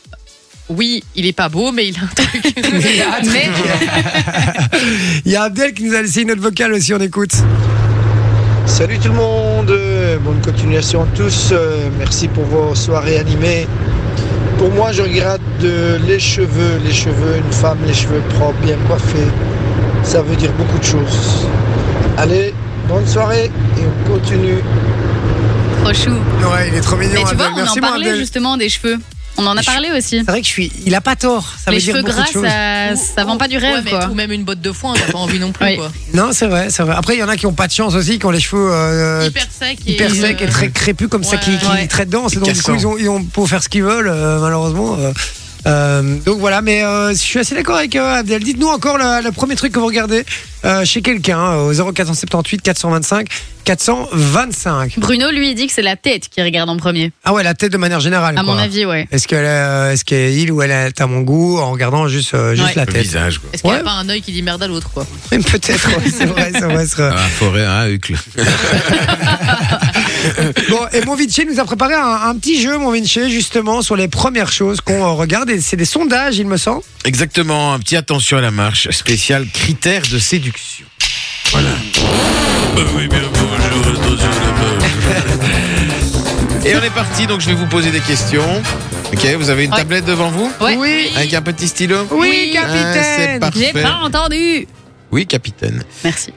D: Oui, il est pas beau, mais il a un truc.
A: Ah,
B: Mais
A: Il y a Abdel qui nous a laissé une note vocale aussi. On écoute.
F: Salut tout le monde, euh, bonne continuation à tous, euh, merci pour vos soirées animées. Pour moi, je regarde euh, les cheveux, les cheveux, une femme, les cheveux propres, bien coiffés, ça veut dire beaucoup de choses. Allez, bonne soirée et on continue.
B: trop chou.
A: Ouais, il est trop mignon.
B: Mais tu
A: Abdel.
B: vois, on en
A: ben, Merci, moi,
B: parlait
A: Abdel.
B: justement des cheveux. On en a
A: Les
B: parlé aussi.
A: C'est vrai que je suis. Il a pas tort. Ça
B: Les
A: veut dire
B: cheveux
A: beaucoup
B: gras,
A: de choses.
B: ça, Euh, ça vend pas du
D: Ouais,
B: rêve,
D: mais-
B: quoi.
D: Ou même une botte de foin, t'as pas envie non plus,
B: Oui.
D: quoi.
A: Non, c'est vrai, c'est vrai. Après, il y en a qui ont pas de chance aussi, qui ont les cheveux euh,
D: Hyper sec et.
A: hyper secs et
D: euh,
A: très crépus comme ça, qui,
D: ouais.
A: qui
D: Ouais.
A: traitent dedans.
C: Et
A: Donc du coup,
C: cassants.
A: ils ont, ils ont pour faire ce qu'ils veulent, euh, malheureusement. euh. Euh, donc voilà, mais euh, je suis assez d'accord avec euh, Abdel. Dites-nous encore le, le premier truc que vous regardez euh, chez quelqu'un hein, au 0478 425 425.
B: Bruno, lui, il dit que c'est la tête qui regarde en premier.
A: Ah ouais, la tête de manière générale.
B: À
A: quoi.
B: mon avis, ouais.
A: Est-ce qu'elle est, est-ce qu'il ou elle est à mon goût en regardant juste, euh, juste
D: Ouais.
A: la
C: Le
A: tête
C: visage, quoi.
D: Est-ce qu'il y
A: Ouais.
D: a pas un œil qui dit merde à l'autre, quoi
A: Même Peut-être, ouais, c'est vrai, ça va
C: Ah, la forêt, hein, Hucle.
A: Bon, et mon Vinci nous a préparé un, un petit jeu, mon Vinci, justement, sur les premières choses qu'on euh, regarde. Et c'est des sondages, il me semble.
C: Exactement, un petit attention à la marche, spécial critère de séduction. Voilà. Bah oui, bien bonjour, attention Et on est parti, donc je vais vous poser des questions. Ok, vous avez une
B: Ouais.
C: tablette devant vous
B: Ouais.
A: Oui.
C: Avec un petit stylo
A: Oui,
C: Ah, c'est
A: capitaine.
B: J'ai
C: parfait.
B: pas entendu.
C: Oui, capitaine.
B: Merci.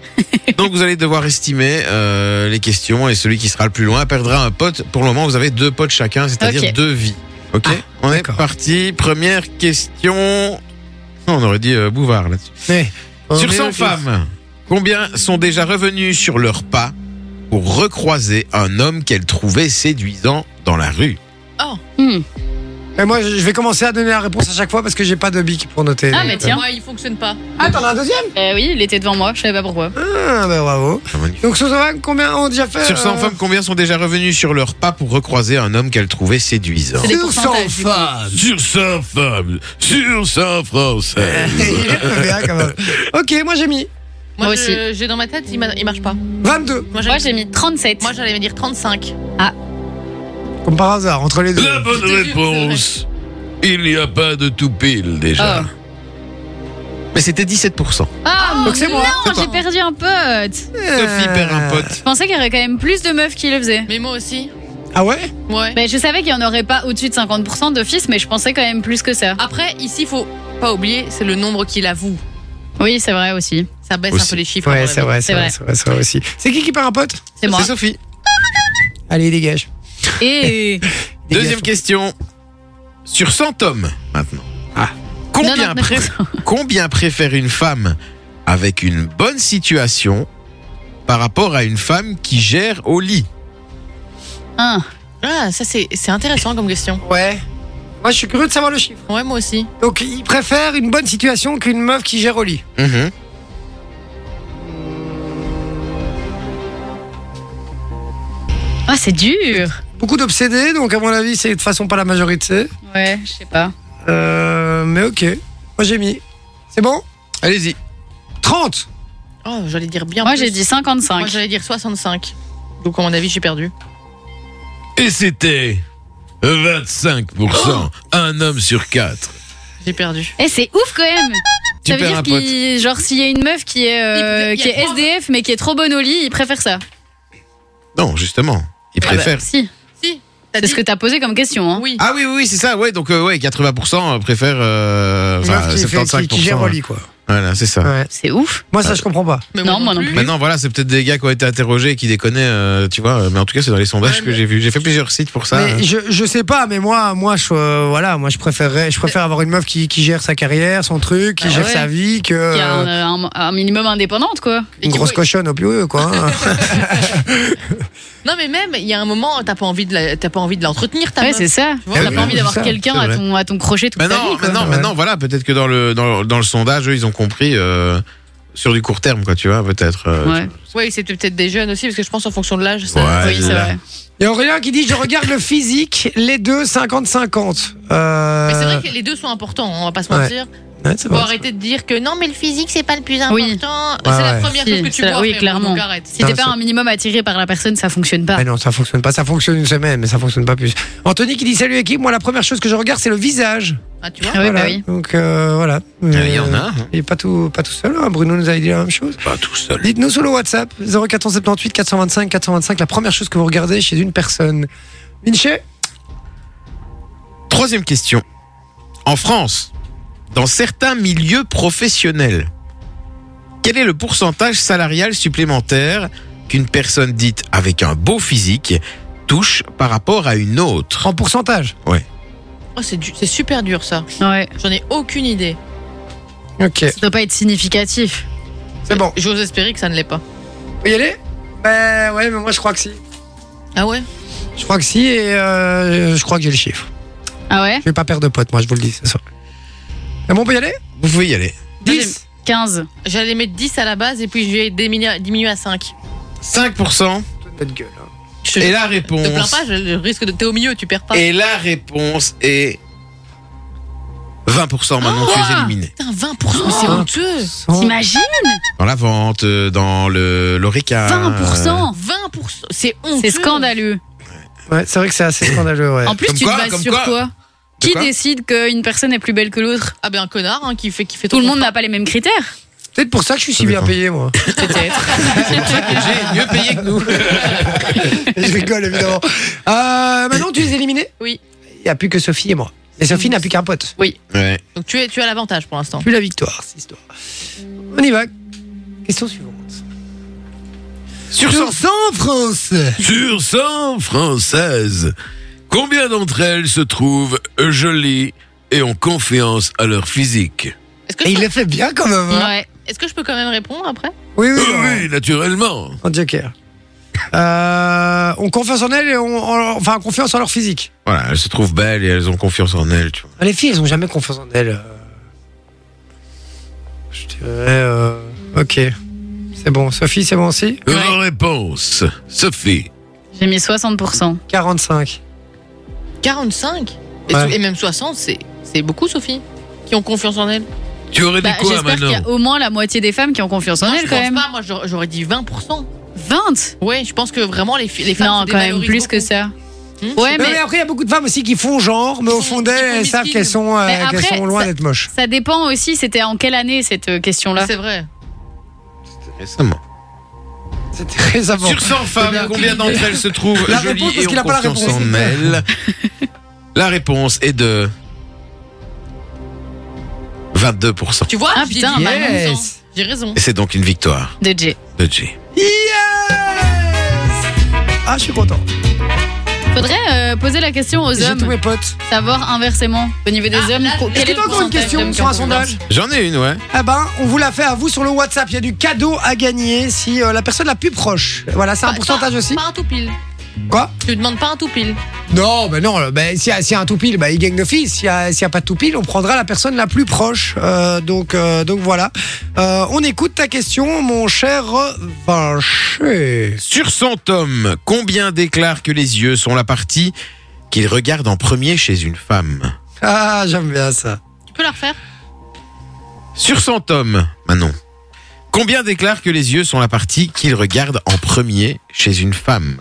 C: Donc vous allez devoir estimer euh, les questions et celui qui sera le plus loin perdra un pote. Pour le moment, vous avez deux potes chacun, c'est-à-dire
B: Ok.
C: deux vies. Ok On est
A: d'accord.
C: parti. Première question. Non, on aurait dit euh, Bouvard là-dessus.
A: Mais, on
C: Sur
A: est
C: 100
A: au-
C: femmes, combien sont déjà revenues sur leur pas pour recroiser un homme qu'elles trouvaient séduisant dans la rue
B: Hmm.
A: Et moi, je je vais commencer à donner la réponse à chaque fois parce que j'ai pas de bic pour noter.
B: Ah, mais tiens.
D: Moi, il fonctionne pas.
A: Ah, t'en as un deuxième
B: Euh, oui, il était devant moi, je savais pas pourquoi.
A: Ah, bah bravo. Donc, sur 100 femmes, combien ont déjà fait
C: Sur 100
A: euh,
C: femmes, combien sont déjà revenues sur leur pas pour recroiser un homme qu'elles trouvaient séduisant Ah,
D: C'est des
A: Sur 100
D: pourcentages, du
A: femmes.
C: Sur
D: coup.
C: 100 femmes, sur 100 français.
A: Il est bien, quand même. Ok, moi j'ai mis
D: Moi,
B: Moi
D: je- J'ai dans ma tête, il, ma- il marche pas.
A: 22,
D: Moi,
B: Moi,
D: j'allais-
B: j'ai mis 37.
D: moi, j'allais me dire 35.
A: comme par hasard, entre les deux.
C: La bonne
D: Je te jure,
C: réponse, il n'y a pas de tout pile déjà. Mais c'était 17%.
B: Ah,
A: Donc c'est moi.
B: non, j'ai perdu un pote.
C: Sophie perd
A: Euh,
C: un pote.
B: Je pensais qu'il y aurait quand même plus de meufs qui le faisaient.
D: Mais moi aussi.
A: Ah ouais
D: Ouais.
B: Mais je savais qu'il y en aurait pas au-dessus de 50% de fils, mais je pensais quand même plus que ça.
D: Après, ici, faut pas oublier, c'est le nombre qu'il avoue.
B: Oui, c'est vrai aussi.
D: Ça baisse
C: Aussi.
D: un peu les chiffres.
A: Ouais,
D: quand
A: c'est
D: même.
A: vrai, c'est
B: C'est
A: vrai,
B: vrai.
A: c'est vrai, c'est vrai aussi. C'est qui qui perd un pote
B: C'est moi.
C: C'est Sophie.
A: Allez, dégage.
B: Et
A: Dégage.
C: Deuxième question. Sur 100 hommes, maintenant. Combien,
B: 99%.
C: pré- combien préfère une femme avec une bonne situation par rapport à une femme qui gère au lit
B: un.
D: Ah, ça, c'est c'est intéressant comme question.
A: Ouais. Moi, je suis curieux de savoir le chiffre.
D: Ouais, moi aussi.
A: Donc, il préfère une bonne situation qu'une meuf qui gère au lit.
C: Mhm.
B: Ah, c'est dur.
A: Beaucoup d'obsédés, donc à mon avis, c'est de toute façon pas la majorité.
B: Ouais, je sais pas.
A: Euh, mais ok. Moi, j'ai mis. C'est bon
C: Allez-y.
A: 30
D: Oh, j'allais dire bien.
B: Moi,
D: plus.
B: j'ai dit
D: Moi,
B: 55.
D: j'allais dire 65. Donc, à mon avis, j'ai perdu.
C: Et c'était 25%. Un homme sur quatre.
D: J'ai perdu.
B: Eh, c'est ouf quand même.
C: Tu
B: ça veut
C: perds
B: dire
C: un pote.
B: qu'il, genre, s'il y a une meuf qui est, euh,
D: Il- il y a
B: qui est
D: trois-
B: SDF mais qui est trop bonne au lit, il préfère ça. bah,
C: Non, justement. Il
D: Ah
C: préfère.
B: Si.
D: Si.
B: C'est ce que t'as posé comme question. Hein.
D: Oui.
C: Ah oui, oui, oui, c'est ça, ouais, donc euh, ouais, 80% préfèrent... euh,
A: Une
C: enfin,
A: meuf qui, fait-
C: 75%.
A: qui- qui gère au
C: hein.
A: lit, quoi.
C: Voilà, c'est ça.
A: Ouais.
B: C'est ouf.
A: Moi, ça, je comprends pas.
D: Mais
B: Ah, Non, moi non plus.
C: Maintenant, voilà, c'est peut-être des gars qui ont été interrogés et qui déconnaient, euh, tu vois. Mais en tout cas, c'est dans les sondages
D: Ouais,
C: que j'ai vu. J'ai fait plusieurs sites pour ça. hein.
A: mais je, je sais pas, mais moi, moi, je, euh, voilà, moi, je préférerais, je préfère avoir une meuf qui, qui gère sa carrière, son truc, qui
B: Ah
A: gère
B: ouais.
A: sa vie, que
B: Qui a un,
A: euh,
B: un- un minimum indépendante, quoi.
A: une grosse cochonne au plus haut, quoi. hein.
D: Non, mais même, il y a un moment, t'as pas envie de la- t'as pas envie de l'entretenir, ta
B: Ouais,
D: meuf,
B: c'est ça.
D: tu vois.
B: T'as
A: Eh oui,
B: pas envie d'avoir
A: c'est ça,
B: quelqu'un
A: c'est
B: à
A: vrai.
B: ton, à ton crochet toute ta vie.
C: Maintenant,
B: quoi.
C: maintenant,
A: Ouais.
C: maintenant, voilà, peut-être que dans le, dans, le- dans le sondage, eux, ils ont compris euh, sur du court terme, quoi, tu vois, peut-être. euh,
B: Ouais.
D: Oui, c'était peut-être des jeunes aussi, parce que je pense en fonction de l'âge, ça.
C: Ouais,
B: Oui, c'est
C: là.
B: vrai.
A: Il y a Aurélien qui dit Je regarde le physique, les deux 50-50. Euh,
D: Mais c'est vrai que les deux sont importants, on va pas se
A: Ouais.
D: mentir.
A: ouais, c'est
D: Faut
A: vrai.
D: arrêter de dire que non, mais le physique, c'est pas le plus important.
B: Oui.
D: C'est
A: ouais.
D: la première
B: Si,
D: chose que
B: c'est
D: tu
B: la-
D: vois.
B: oui,
D: frérot,
B: clairement.
D: donc arrête.
B: Si t'es
A: Non,
B: pas
A: c'est-
B: un minimum attiré par la personne, ça fonctionne pas.
A: Ah non, ça fonctionne pas. Ça fonctionne une semaine, mais ça fonctionne pas plus. Anthony qui dit Salut équipe, moi la première chose que je regarde, c'est le visage.
D: Ah, tu vois
B: Ah oui,
A: Voilà.
B: bah oui.
A: Donc euh, voilà.
C: Euh, Il y en a, hein,
A: Et pas tout, pas tout seul, hein. Bruno nous avait dit la même chose.
C: pas tout seul.
A: Dites-nous sur le WhatsApp 0478 425 425 la première chose que vous regardez chez une personne. Vinci
C: Troisième question. En France, dans certains milieux professionnels, quel est le pourcentage salarial supplémentaire qu'une personne dite avec un beau physique touche par rapport à une autre
A: en pourcentage.
D: Oh, c'est du- c'est super dur, ça.
B: Ouais.
D: J'en ai aucune idée.
A: Ok,
C: Euh.
B: Ça doit pas être significatif.
A: c'est bon.
D: J'ose espérer que ça ne l'est pas.
A: Vous y allez Ben ouais, mais moi je crois que si.
D: Ah ouais
A: Je crois que si et euh, je crois que j'ai le chiffre.
B: Ah ouais
A: Je vais pas perdre de potes, moi je vous le dis ce soir. C'est bon, on peut y aller
C: Vous pouvez y aller.
A: 10
B: 15.
D: J'allais mettre 10 à la base et puis je vais diminuer, diminuer à 5.
C: 5%.
A: Notre gueule. hein.
D: Je
C: Et la
D: te plains
C: réponse.
D: pas, je je risque de. T'es au milieu, tu perds pas.
C: Et la réponse est 20% maintenant
B: Oh,
C: tu es
B: wow.
C: éliminé.
D: Putain, 20%, mais c'est
A: Oh.
D: honteux
A: Cent-
B: T'imagines
C: Dans la vente, euh, dans le l'oreca.
B: 20%
D: 20%, c'est honteux.
B: C'est scandaleux.
A: Ouais, c'est vrai que c'est assez scandaleux, ouais.
B: En plus,
C: Euh, Comme
B: tu
C: quoi,
B: te bases
C: comme
B: sur
C: quoi.
B: quoi,
C: De
B: Qui
C: quoi
B: décide qu'une personne est plus belle que l'autre
D: Ah ben un connard hein, qui fait qui fait
B: Tout le
D: ton
B: monde n'a pas les mêmes critères.
A: Peut-être pour ça que je suis si
C: Ça
A: bien
C: dépend.
A: payé, moi.
D: peut-être.
C: J'ai mieux payé que nous.
A: je rigole, évidemment. Euh, Manon, tu les as éliminés
D: Oui.
A: Il n'y a plus que Sophie et moi. Et Sophie n'a plus qu'un pote.
C: Ouais.
D: Donc tu es tu as l'avantage pour l'instant.
A: Hein. Plus la victoire, cette histoire. On y va. Question suivante.
C: Sur
A: Sur 100 France
C: Sur 100 françaises, combien d'entre elles se trouvent jolies et ont confiance à leur physique
D: Est-ce que,
A: Et
D: je
A: il
D: peux-
A: le fait bien quand même. hein.
B: Ouais.
D: est-ce que je peux quand même répondre après
A: Oui, oui,
C: Euh,
A: oui.
C: Oui, naturellement.
A: En joker. Euh, on confiance en elles et on, on- enfin confiance en leur physique.
C: Voilà, elles se trouvent belles et elles ont confiance en elles, tu vois.
A: Ah, Les filles, elles ont jamais confiance en elles. euh. Je dirais. euh, Ok. C'est bon. Sophie, c'est bon aussi
B: Ouais.
C: Réponse, Sophie.
B: J'ai mis 60%.
A: 45.
D: 45 Et
A: Ouais.
D: so- et, même 60, c'est c'est beaucoup Sophie qui ont confiance en elle.
C: Tu aurais
B: Bah,
C: dit quoi,
B: J'espère qu'il y
C: Manon
B: a au moins la moitié des femmes qui ont confiance en
D: Non, je
B: elles quand
D: pense
B: même.
D: pas, moi j'aurais j'aurais dit 20%.
B: 20
D: Ouais, je pense que vraiment les, fi- les femmes
B: Non,
D: se
B: quand même
D: dévalorisent
B: plus que
D: beaucoup.
B: ça.
D: Hmm
B: Ouais,
A: Non, mais...
B: mais
A: après, il y a beaucoup de femmes aussi qui font genre, mais
D: Qui
A: au
D: font-
A: fond d'elles,
D: qui font
A: elles savent
D: missiles.
A: qu'elles sont, euh,
B: Mais après,
A: qu'elles sont loin
B: ça-
A: d'être moches.
B: ça dépend aussi, c'était en quelle année cette euh, question-là
D: C'est vrai.
C: Récemment.
A: C'était récemment.
C: Sur 100 femmes, combien d'entre elles se trouvent
A: La
C: jolies
A: réponse, parce
C: et ont
A: qu'il a pas la
C: confiance
A: réponse.
C: en elles La réponse est de 22%.
D: Tu vois
B: Ah,
D: j'ai
B: putain,
D: dit
B: bah,
D: raison.
A: Yes.
D: J'ai raison.
C: Et c'est donc une victoire
B: de Jay
C: de Jay.
A: Yes Ah, je suis content.
B: Faudrait euh, poser la question aux
A: J'ai tous
B: hommes,
A: mes potes.
B: savoir inversement au niveau des
D: Ah,
B: hommes.
D: là,
B: co-
D: là,
B: quel
A: Est-ce
B: est
A: que t'as
B: le
A: encore une
B: pourcentage
A: question
B: d'hommes qui
A: sur
B: ont
A: un sondage
C: J'en ai une, ouais.
A: Eh ben, on vous l'a fait à vous sur le WhatsApp. Il y a du cadeau à gagner si euh, la personne la plus proche. Voilà, c'est un
D: Pas-
A: pourcentage
D: pas-
A: aussi.
D: Bah, Pas un tout pile.
A: Quoi
D: Tu demandes pas un tout pile.
A: Non, ben non. Ben, s'il y, a- s'il y a un tout pile, ben, il gagne d'office. S'il n'y a, s'il y a pas de tout pile, on prendra la personne la plus proche. Euh, donc, euh, donc voilà. Euh, on écoute ta question, mon cher Vinci.
C: Sur 100 hommes, combien déclarent que les yeux sont la partie qu'ils regardent en premier chez une femme
A: Ah, j'aime bien ça.
D: Tu peux la refaire
C: Sur 100 hommes, Manon, combien déclarent que les yeux sont la partie qu'ils regardent en premier chez une femme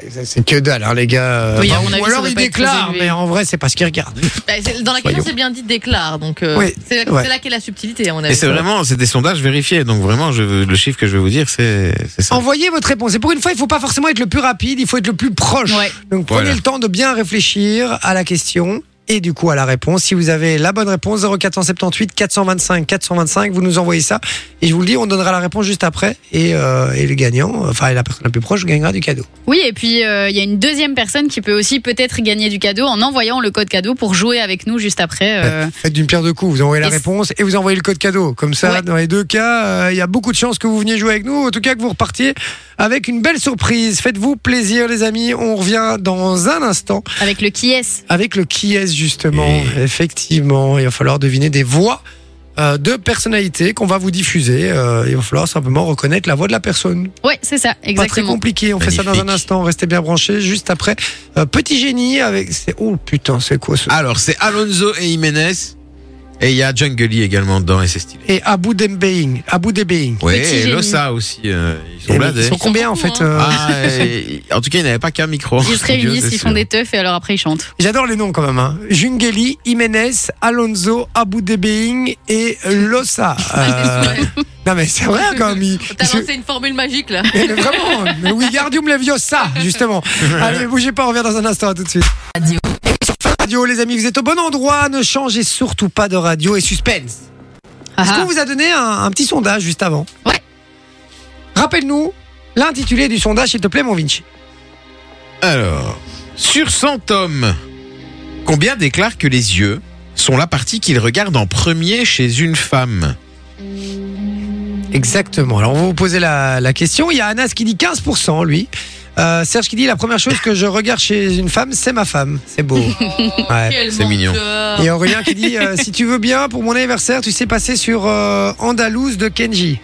A: Ouais, c'est- C'est que dalle, hein, les gars.
B: Oui, à
A: Ou
B: mon avis, ça
A: alors
B: doit
A: ils
B: pas être très
A: déclarent,
B: élevé.
A: mais en vrai, c'est pas ce qu'ils regardent.
D: Bah, c'est- Dans la
A: Soyons.
D: question, c'est bien dit déclare. Donc euh,
A: Oui,
D: c'est
A: ouais.
D: c'est là qu'est la subtilité, à mon avis.
C: Et
A: Euh,
C: c'est vraiment, c'est des sondages vérifiés, donc vraiment, je, le chiffre que je vais vous dire, c'est c'est ça.
A: Envoyez votre réponse. Et pour une fois, il faut pas forcément être le plus rapide, il faut être le plus proche.
B: Ouais.
A: Donc prenez
C: Voilà.
A: le temps de bien réfléchir à la question et du coup à la réponse. Si vous avez la bonne réponse, 0478 425 425, vous nous envoyez ça. Et je vous le dis, on donnera la réponse juste après. Et, euh, et le gagnant, enfin et la personne la plus proche, gagnera du cadeau.
B: Oui, et puis euh, il y a une deuxième personne qui peut aussi peut-être gagner du cadeau en envoyant le code cadeau pour jouer avec nous juste après. euh,
A: Faites d'une pierre deux coups, vous envoyez la
B: Et c-
A: réponse et vous envoyez le code cadeau. Comme ça,
B: Ouais.
A: dans les deux cas, euh, il y a beaucoup de chances que vous veniez jouer avec nous, en tout cas que vous repartiez avec une belle surprise. Faites-vous plaisir les amis, on revient dans un instant
B: avec le qui est
A: avec le qui est justement. Effectivement, il va falloir deviner des voix euh, de personnalités qu'on va vous diffuser. Euh, il va falloir simplement reconnaître la voix de la personne.
B: Ouais, c'est ça,
A: Pas très
B: exactement.
A: compliqué, on fait ça dans un
C: Magnifique.
A: instant, restez bien branchés. Juste après, euh, Petit Génie avec... c'est- Oh putain, c'est quoi ce...
C: Alors, c'est Alonso et Jiménez. Et il y a Jungly également dedans, et c'est stylé.
A: Et Abu Dembeing, Abu Debeing.
C: Ouais,
B: Petit
C: et
B: génie.
C: Losa aussi. euh, ils sont
A: Et
C: là,
A: Ils sont combien en
D: beaucoup,
A: fait euh,
C: Ah, et- en tout cas, ils n'avaient pas qu'un micro.
B: Ils se réunissent, ils font des teufs et alors après ils chantent.
A: J'adore les noms quand même. Hein. Jungeli, Jiménez, Alonso, Abu Debeing et Losa. Euh, non mais c'est vrai quand même. il-
D: T'as
A: je-
D: lancé une formule magique là.
A: mais vraiment, le Wingardium Leviosa, justement. Allez, bougez pas, on revient dans un instant, à tout de suite.
G: Radio.
A: Sur Fun Radio, les amis, vous êtes au bon endroit, ne changez surtout pas de radio et suspense. Est-ce
D: Ah.
A: qu'on vous a donné un, un petit sondage juste avant
B: Ouais.
A: Rappelle-nous l'intitulé du sondage, s'il te plaît, mon Vinci.
C: Alors, sur 100 hommes, combien déclarent que les yeux sont la partie qu'ils regardent en premier chez une femme
A: Exactement. Alors, on va vous poser la, la question. Il y a Anas qui dit 15%, lui. Euh, Serge qui dit la première chose que je regarde chez une femme, c'est ma femme. C'est beau. Ouais.
D: Quel
C: c'est
D: manque
C: mignon.
D: de-
A: Et Aurélien qui dit euh, si tu veux bien, pour mon anniversaire, tu sais passer sur euh, Andalouse de Kenji.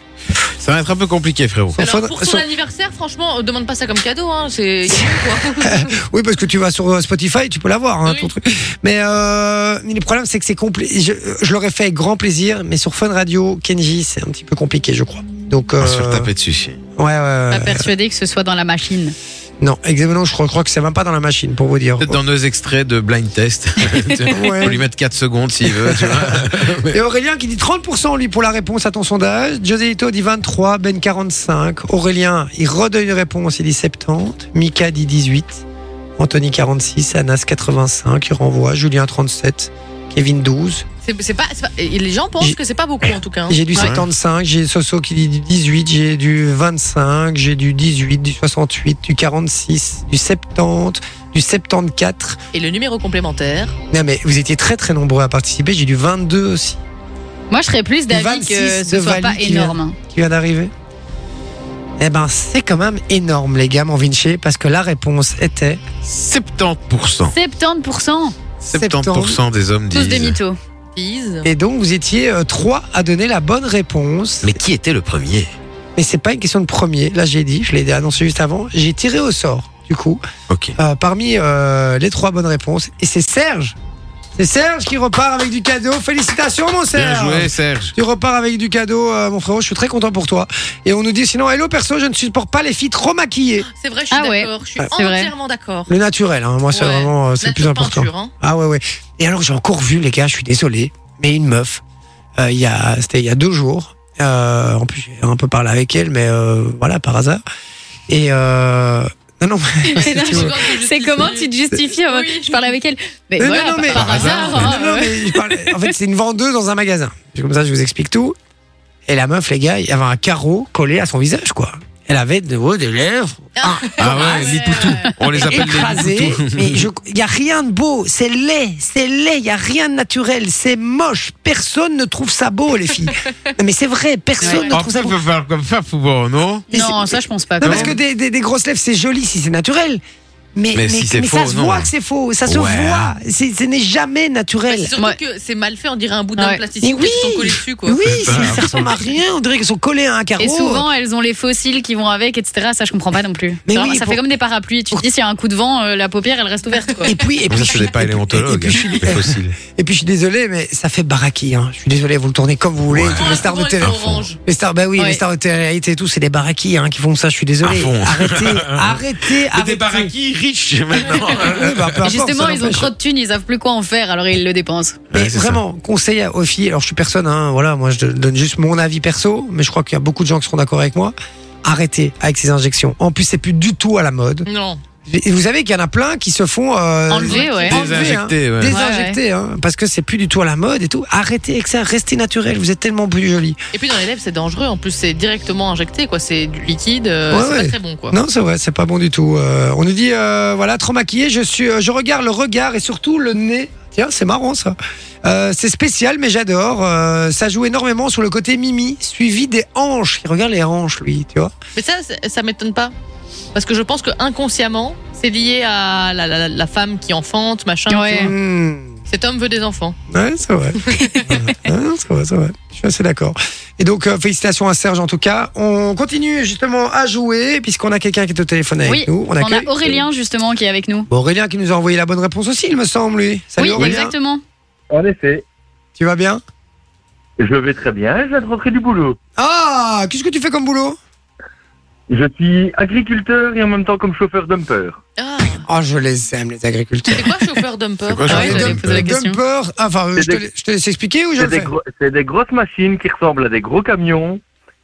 C: Ça va être un peu compliqué, frérot.
A: Son-
D: Alors, pour ton
A: son-
D: anniversaire, franchement, euh, demande pas ça comme cadeau, hein. C'est cadeau, quoi.
A: Oui, parce que tu vas sur euh, Spotify, tu peux l'avoir, hein,
D: Oui.
A: ton truc. Mais euh, mais le problème, c'est que c'est compliqué. Je, je l'aurais fait avec grand plaisir, mais sur Fun Radio, Kenji, c'est un petit peu compliqué, je crois. Donc, euh,
C: On va se faire taper dessus. si.
A: ouais, ouais,
B: Pas
A: ouais.
B: persuadé que ce soit dans la machine.
A: Non, exactement, je crois, je crois que c'est même pas dans la machine, pour vous dire.
C: Peut-être dans nos extraits de blind test. On lui mettre 4 secondes s'il veut. tu vois.
A: Et Aurélien qui dit 30% lui pour la réponse à ton sondage. Joselito dit 23, Ben 45. Aurélien, il redonne une réponse, il dit 70. Mika dit 18. Anthony 46, Anas 85, il renvoie. Julien 37, Kevin 12.
D: C'est- c'est pas, c'est pas- et les gens pensent
A: J'ai-
D: que c'est pas beaucoup en tout cas. hein.
A: J'ai du
D: Ouais.
A: 75, j'ai Soso qui dit 18, j'ai du 25, j'ai du 18, du 68, du 46, du 70, du 74.
D: Et le numéro complémentaire.
A: Non mais vous étiez très très nombreux à participer, j'ai du 22 aussi
B: Moi je serais plus d'avis
A: 26
B: que ce
A: de
B: soit
A: Vali
B: pas
A: qui vient.
B: énorme. hein.
A: qui vient d'arriver Eh ben, c'est quand même énorme, les gars, mon Vinci, parce que la réponse était
C: 70%.
B: 70%
C: 70% des hommes
B: tous des
C: disent.
B: mythos.
D: Bise.
A: Et donc, vous étiez euh, trois à donner la bonne réponse.
C: Mais qui était le premier
A: Mais c'est pas une question de premier. Là, j'ai dit, je l'ai annoncé juste avant, j'ai tiré au sort, du coup,
C: Ok.
A: euh, parmi euh, les trois bonnes réponses. Et c'est Serge. C'est Serge qui repart avec du cadeau. Félicitations, mon
C: Bien
A: Serge.
C: joué, Serge.
A: Tu repars avec du cadeau, euh, mon frérot. Je suis très content pour toi. Et on nous dit sinon, hello perso, je ne supporte pas les filles trop maquillées.
D: C'est vrai, je suis
B: Ah ouais.
D: d'accord. Je suis
A: Ouais.
B: C'est vrai.
D: entièrement d'accord.
A: Le naturel, hein, moi, c'est
D: Ouais.
A: vraiment euh, c'est le plus
D: Nature
A: important.
D: peinture, hein.
A: Ah ouais, ouais. Et alors, j'ai encore vu, les gars, je suis désolé, mais une meuf, euh, il y a, c'était il y a deux jours. Euh, en plus, j'ai un peu parlé avec elle, mais euh, voilà, par hasard. Et euh, non, non,
B: C'est
A: tu
B: dingue.
A: veux.
B: C'est comment tu te justifies euh,
D: Oui.
B: Je parle avec elle. Mais
A: Euh,
B: voilà,
A: non, non, mais-
B: par, par hasard. hein,
A: non, non,
B: ouais.
A: mais je parlais- en fait, c'est une vendeuse dans un magasin. Comme ça, je vous explique tout. Et la meuf, les gars, il y avait un carreau collé à son visage, quoi. Elle avait de haut des lèvres. Ah,
C: Ah
D: Ah
C: ouais,
D: ouais,
C: les poutous.
D: ouais.
C: On les appelle les
A: écrasé.
C: poutous.
A: Mais je- il y a rien de beau, c'est laid, c'est laid, il y a rien de naturel, c'est moche. Personne ne trouve ça beau, les filles. Non, mais c'est vrai, personne
D: Ouais.
A: ne
C: On
A: trouve ça beau.
C: peut faire comme ça, Foubo, non
A: mais
B: Non,
A: c'est-
B: ça je pense pas.
A: Non,
B: quand
A: parce que
B: même.
A: des, des- des grosses lèvres, c'est joli si c'est naturel. Mais,
C: Mais si c'est
A: ça
C: faux,
A: se
C: non.
A: voit que c'est faux, ça se
C: Ouais.
A: voit. C'est- Ce n'est jamais
D: Bah,
A: naturel.
D: c'est surtout
B: Ouais.
D: que c'est mal fait, on dirait un boudin
B: Ouais.
D: de plasticité
A: Mais oui.
D: qui se sont collés dessus quoi.
A: Oui, c'est- ça ressemble à rien. On dirait qu'ils sont collés à un carreau.
B: Et souvent, elles ont les fossiles qui vont avec, etc. Ça, je comprends pas non plus.
A: Mais
B: C'est vraiment-
A: oui,
B: ça
A: pour-
B: fait comme des parapluies. Tu te dis, s'il y a un coup de vent, euh, la paupière, elle reste ouverte. Quoi.
A: Et puis, et
C: Comme
A: puis,
C: ça, je suis Ah,
A: et
C: pas
A: puis- et
C: paléontologue.
A: puis, je suis-
C: C'est fossile.
A: et puis, je suis désolé, mais ça fait baraki. Hein. Je suis désolé, vous le tournez comme vous voulez.
C: Ouais.
A: Les stars de
D: Souvent, elles
A: télé,
D: sont oranges.
A: Les stars, bah oui,
B: Ouais.
A: les stars de télé-réalité et tout, c'est des baraquis hein, qui font ça, je suis
C: À
A: désolé.
C: fond.
A: Arrêtez, arrêtez,
C: Mais
A: arrêtez.
C: Ah, des baraquis riches
A: Oui,
C: maintenant.
A: bah, peu
B: Et
A: importe,
B: justement,
A: ça
B: ils ont
A: n'empêche.
B: trop de thunes, ils savent plus quoi en faire, alors ils le dépensent.
A: Mais
C: Ouais, c'est ça.
A: vraiment, conseil aux filles, alors je suis personne, hein, voilà, moi je donne juste mon avis perso, mais je crois qu'il y a beaucoup de gens qui seront d'accord avec moi. Arrêtez avec ces injections. En plus, c'est plus du tout à la mode.
D: Non.
A: Et Vous savez qu'il y en a plein qui se font euh,
B: Enlever, ouais.
A: enlever, hein.
C: Désinjecté, ouais.
A: Désinjecter, hein, parce que c'est plus du tout à la mode et tout. Arrêtez avec ça, restez naturel. Vous êtes tellement plus joli.
D: Et puis dans les lèvres, c'est dangereux. En plus, c'est directement injecté, quoi. C'est du liquide. euh,
A: Ouais,
D: c'est
A: ouais.
D: pas très bon, quoi.
A: Non, c'est vrai, c'est pas bon du tout. Euh, on nous dit euh, voilà, trop maquillé. Je suis, euh, je regarde le regard et surtout le nez. Tiens, c'est marrant ça. Euh, c'est spécial, mais j'adore. Euh, ça joue énormément sur le côté mimi, suivi des hanches. Il regarde les hanches, lui, tu vois.
D: Mais ça, c'est- ça m'étonne pas. Parce que je pense que inconsciemment, c'est lié à la, la- la femme qui enfante, machin.
B: Ouais.
D: tu vois.
A: Hmm.
D: Cet homme veut des enfants.
A: Ouais, c'est vrai. Ouais, c'est vrai, c'est vrai. Je suis assez d'accord. Et donc, euh, félicitations à Serge en tout cas. On continue justement à jouer puisqu'on a quelqu'un qui est au téléphone avec
B: Oui,
A: nous.
B: On a
A: accueille-
B: Aurélien justement qui est avec nous.
A: Bon, Aurélien qui nous a envoyé la bonne réponse aussi, il me semble, lui. Salut
B: Oui,
A: Aurélien.
B: exactement.
G: En effet,
A: Tu vas bien
G: je vais très bien, je viens de rentrer du boulot.
A: Ah, qu'est-ce que tu fais comme boulot
G: Je suis agriculteur et en même temps comme chauffeur dumper.
D: Ah,
A: Ah, je les aime, les agriculteurs.
D: c'est quoi chauffeur dumper
C: C'est quoi, chauffeur
D: Ah ouais, j'allais
C: dumper
D: poser la question.
A: Dumper, enfin, euh,
G: C'est
A: je te,
G: des-
A: je te laisse expliquer ou je
G: C'est
A: le
G: des,
A: fais
G: gros- c'est des grosses machines qui ressemblent à des gros camions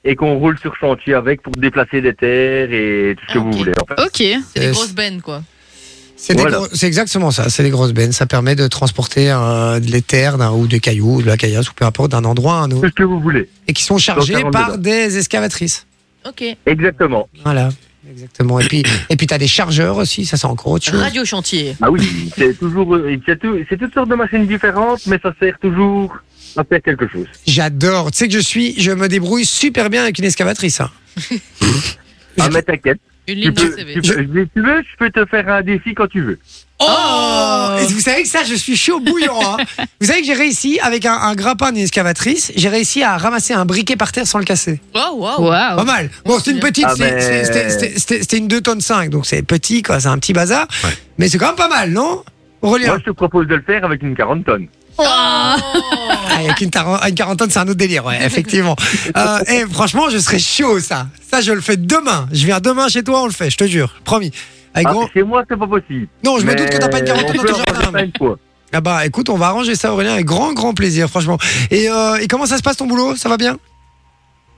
G: et qu'on roule sur chantier avec pour déplacer des terres et tout ce que
D: Ah,
G: vous
D: ok.
G: voulez. en fait.
B: Ok.
D: C'est des
A: Euh,
D: grosses bennes, quoi.
A: C'est des
G: Voilà.
A: gros- c'est exactement ça, c'est des grosses bennes. Ça permet de transporter euh, les terres d'un- ou des cailloux, ou de la caillasse, ou peu importe, d'un endroit à un autre.
G: Tout ce que vous voulez.
A: Et qui sont chargés
G: 42
A: par
G: dollars.
A: des excavatrices.
D: Ok.
G: Exactement.
A: Voilà, exactement. Et puis, et puis t'as des chargeurs aussi, ça c'est encore autre chose.
D: Radio chantier.
G: Ah oui, c'est toujours, c'est tout- c'est toutes sortes de machines différentes, mais ça sert toujours à faire quelque chose.
A: J'adore. Tu sais que je suis, je me débrouille super bien avec une excavatrice. hein.
G: Ah mais t'inquiète,
D: Une
G: tu
D: ligne dans le
G: peux,
D: CV.
G: tu, peux- tu veux, je peux te faire un défi quand tu veux.
A: Oh Et vous savez que ça, je suis chaud bouillant. hein. vous savez que j'ai réussi, avec un, un grappin d'une excavatrice, j'ai réussi à ramasser un briquet par terre sans le casser.
D: Oh, wow.
A: Pas
B: Waouh.
A: mal. Bon, c'était une petite,
G: Ah,
A: c'est-
G: mais-
A: c'est- c'était- c'était c'était- c'était une 2 tonnes 5, donc c'est petit, quoi, c'est un petit bazar.
C: Ouais.
A: Mais c'est quand même pas mal, non Aurélien
G: Moi, je te propose de le faire avec une 40 tonnes.
D: Ah.
A: Ah, Avec une, taran- une quarantaine, c'est un autre délire, ouais, effectivement. Euh, et franchement, je serais chaud, ça. Ça, je le fais demain. Je viens demain chez toi, on le fait, je te jure. Promis. Avec
G: Ah,
A: grand-
G: chez moi, c'est pas possible.
A: Non, Oh, je me
G: Mais
A: doute que t'as pas une quarantaine dans
G: on peut
A: ton
G: en
A: jardin.
G: faire
A: mais-
G: une fois.
A: Ah bah, écoute, on va arranger ça, Aurélien, avec grand, grand plaisir, franchement. Et, euh, et comment ça se passe ton boulot Ça va bien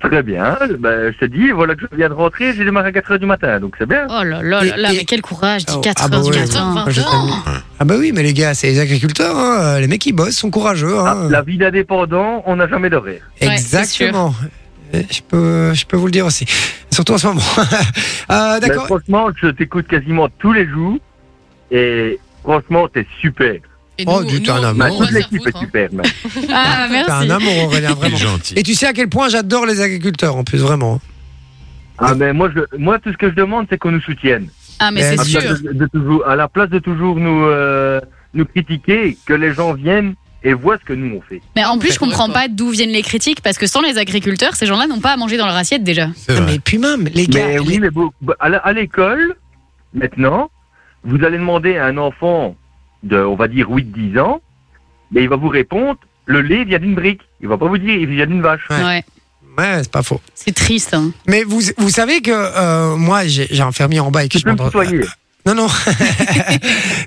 G: Très bien. Ben, je te dis, voilà que je viens de rentrer, j'ai démarré à 4h du matin, donc c'est bien.
B: Oh là là là là,
A: Et-
B: mais quel courage,
A: Oh,
B: dit 4
A: ah bah
B: heures du
A: ouais,
B: matin.
A: ouais, je t'aime. Ah bah oui, mais les gars, c'est les agriculteurs, hein, les mecs qui bossent sont courageux.
G: Ah,
A: Hein.
G: la vie d'indépendant, on n'a jamais d'horaire.
B: Ouais,
A: Exactement. Et Je peux, je peux vous le dire aussi. Surtout en ce moment. Euh,
G: Mais
A: D'accord.
G: franchement, je t'écoute quasiment tous les jours. Et franchement, t'es super.
D: Et
A: Oh,
D: nous-
A: du
D: nous,
A: temps,
D: on-
A: là,
D: on
A: bon.
G: Ma
D: va
A: on
G: toute
D: se faire
G: l'équipe
D: foutre,
G: est
D: hein.
G: super, même.
B: Ah,
A: T'es un
B: merci.
A: amour, Aurélien, vraiment.
C: gentil.
A: Et tu sais à quel point j'adore les agriculteurs en plus, vraiment.
G: Ah, mais moi, je, moi, tout ce que je demande, c'est qu'on nous soutienne.
B: Ah, mais
A: Mais
B: c'est
G: À,
A: Bien
B: sûr.
G: place de, de toujours, à la place de toujours nous, euh, nous critiquer, que les gens viennent et voient ce que nous on fait.
B: Mais en plus,
D: Ouais,
B: je comprends
D: ouais,
B: pas d'où viennent les critiques parce que sans les agriculteurs, ces gens-là n'ont pas à manger dans leur assiette déjà.
C: C'est
A: Ah,
C: vrai.
A: mais puis même, les gars.
G: Mais oui,
A: les-
G: mais bon, bah, à la- à l'école, maintenant, vous allez demander à un enfant de, on va dire, 8-10 ans, mais il va vous répondre, le lait vient d'une brique. Il va pas vous dire, il vient d'une vache.
A: Ouais.
B: Ouais.
A: Ouais, c'est pas faux.
B: C'est triste. hein.
A: Mais vous, vous savez que euh, moi, j'ai j'ai un fermier en bas et que
G: Tu
A: je
G: peux me
A: m'entends.
G: tutoyer.
A: Non, non.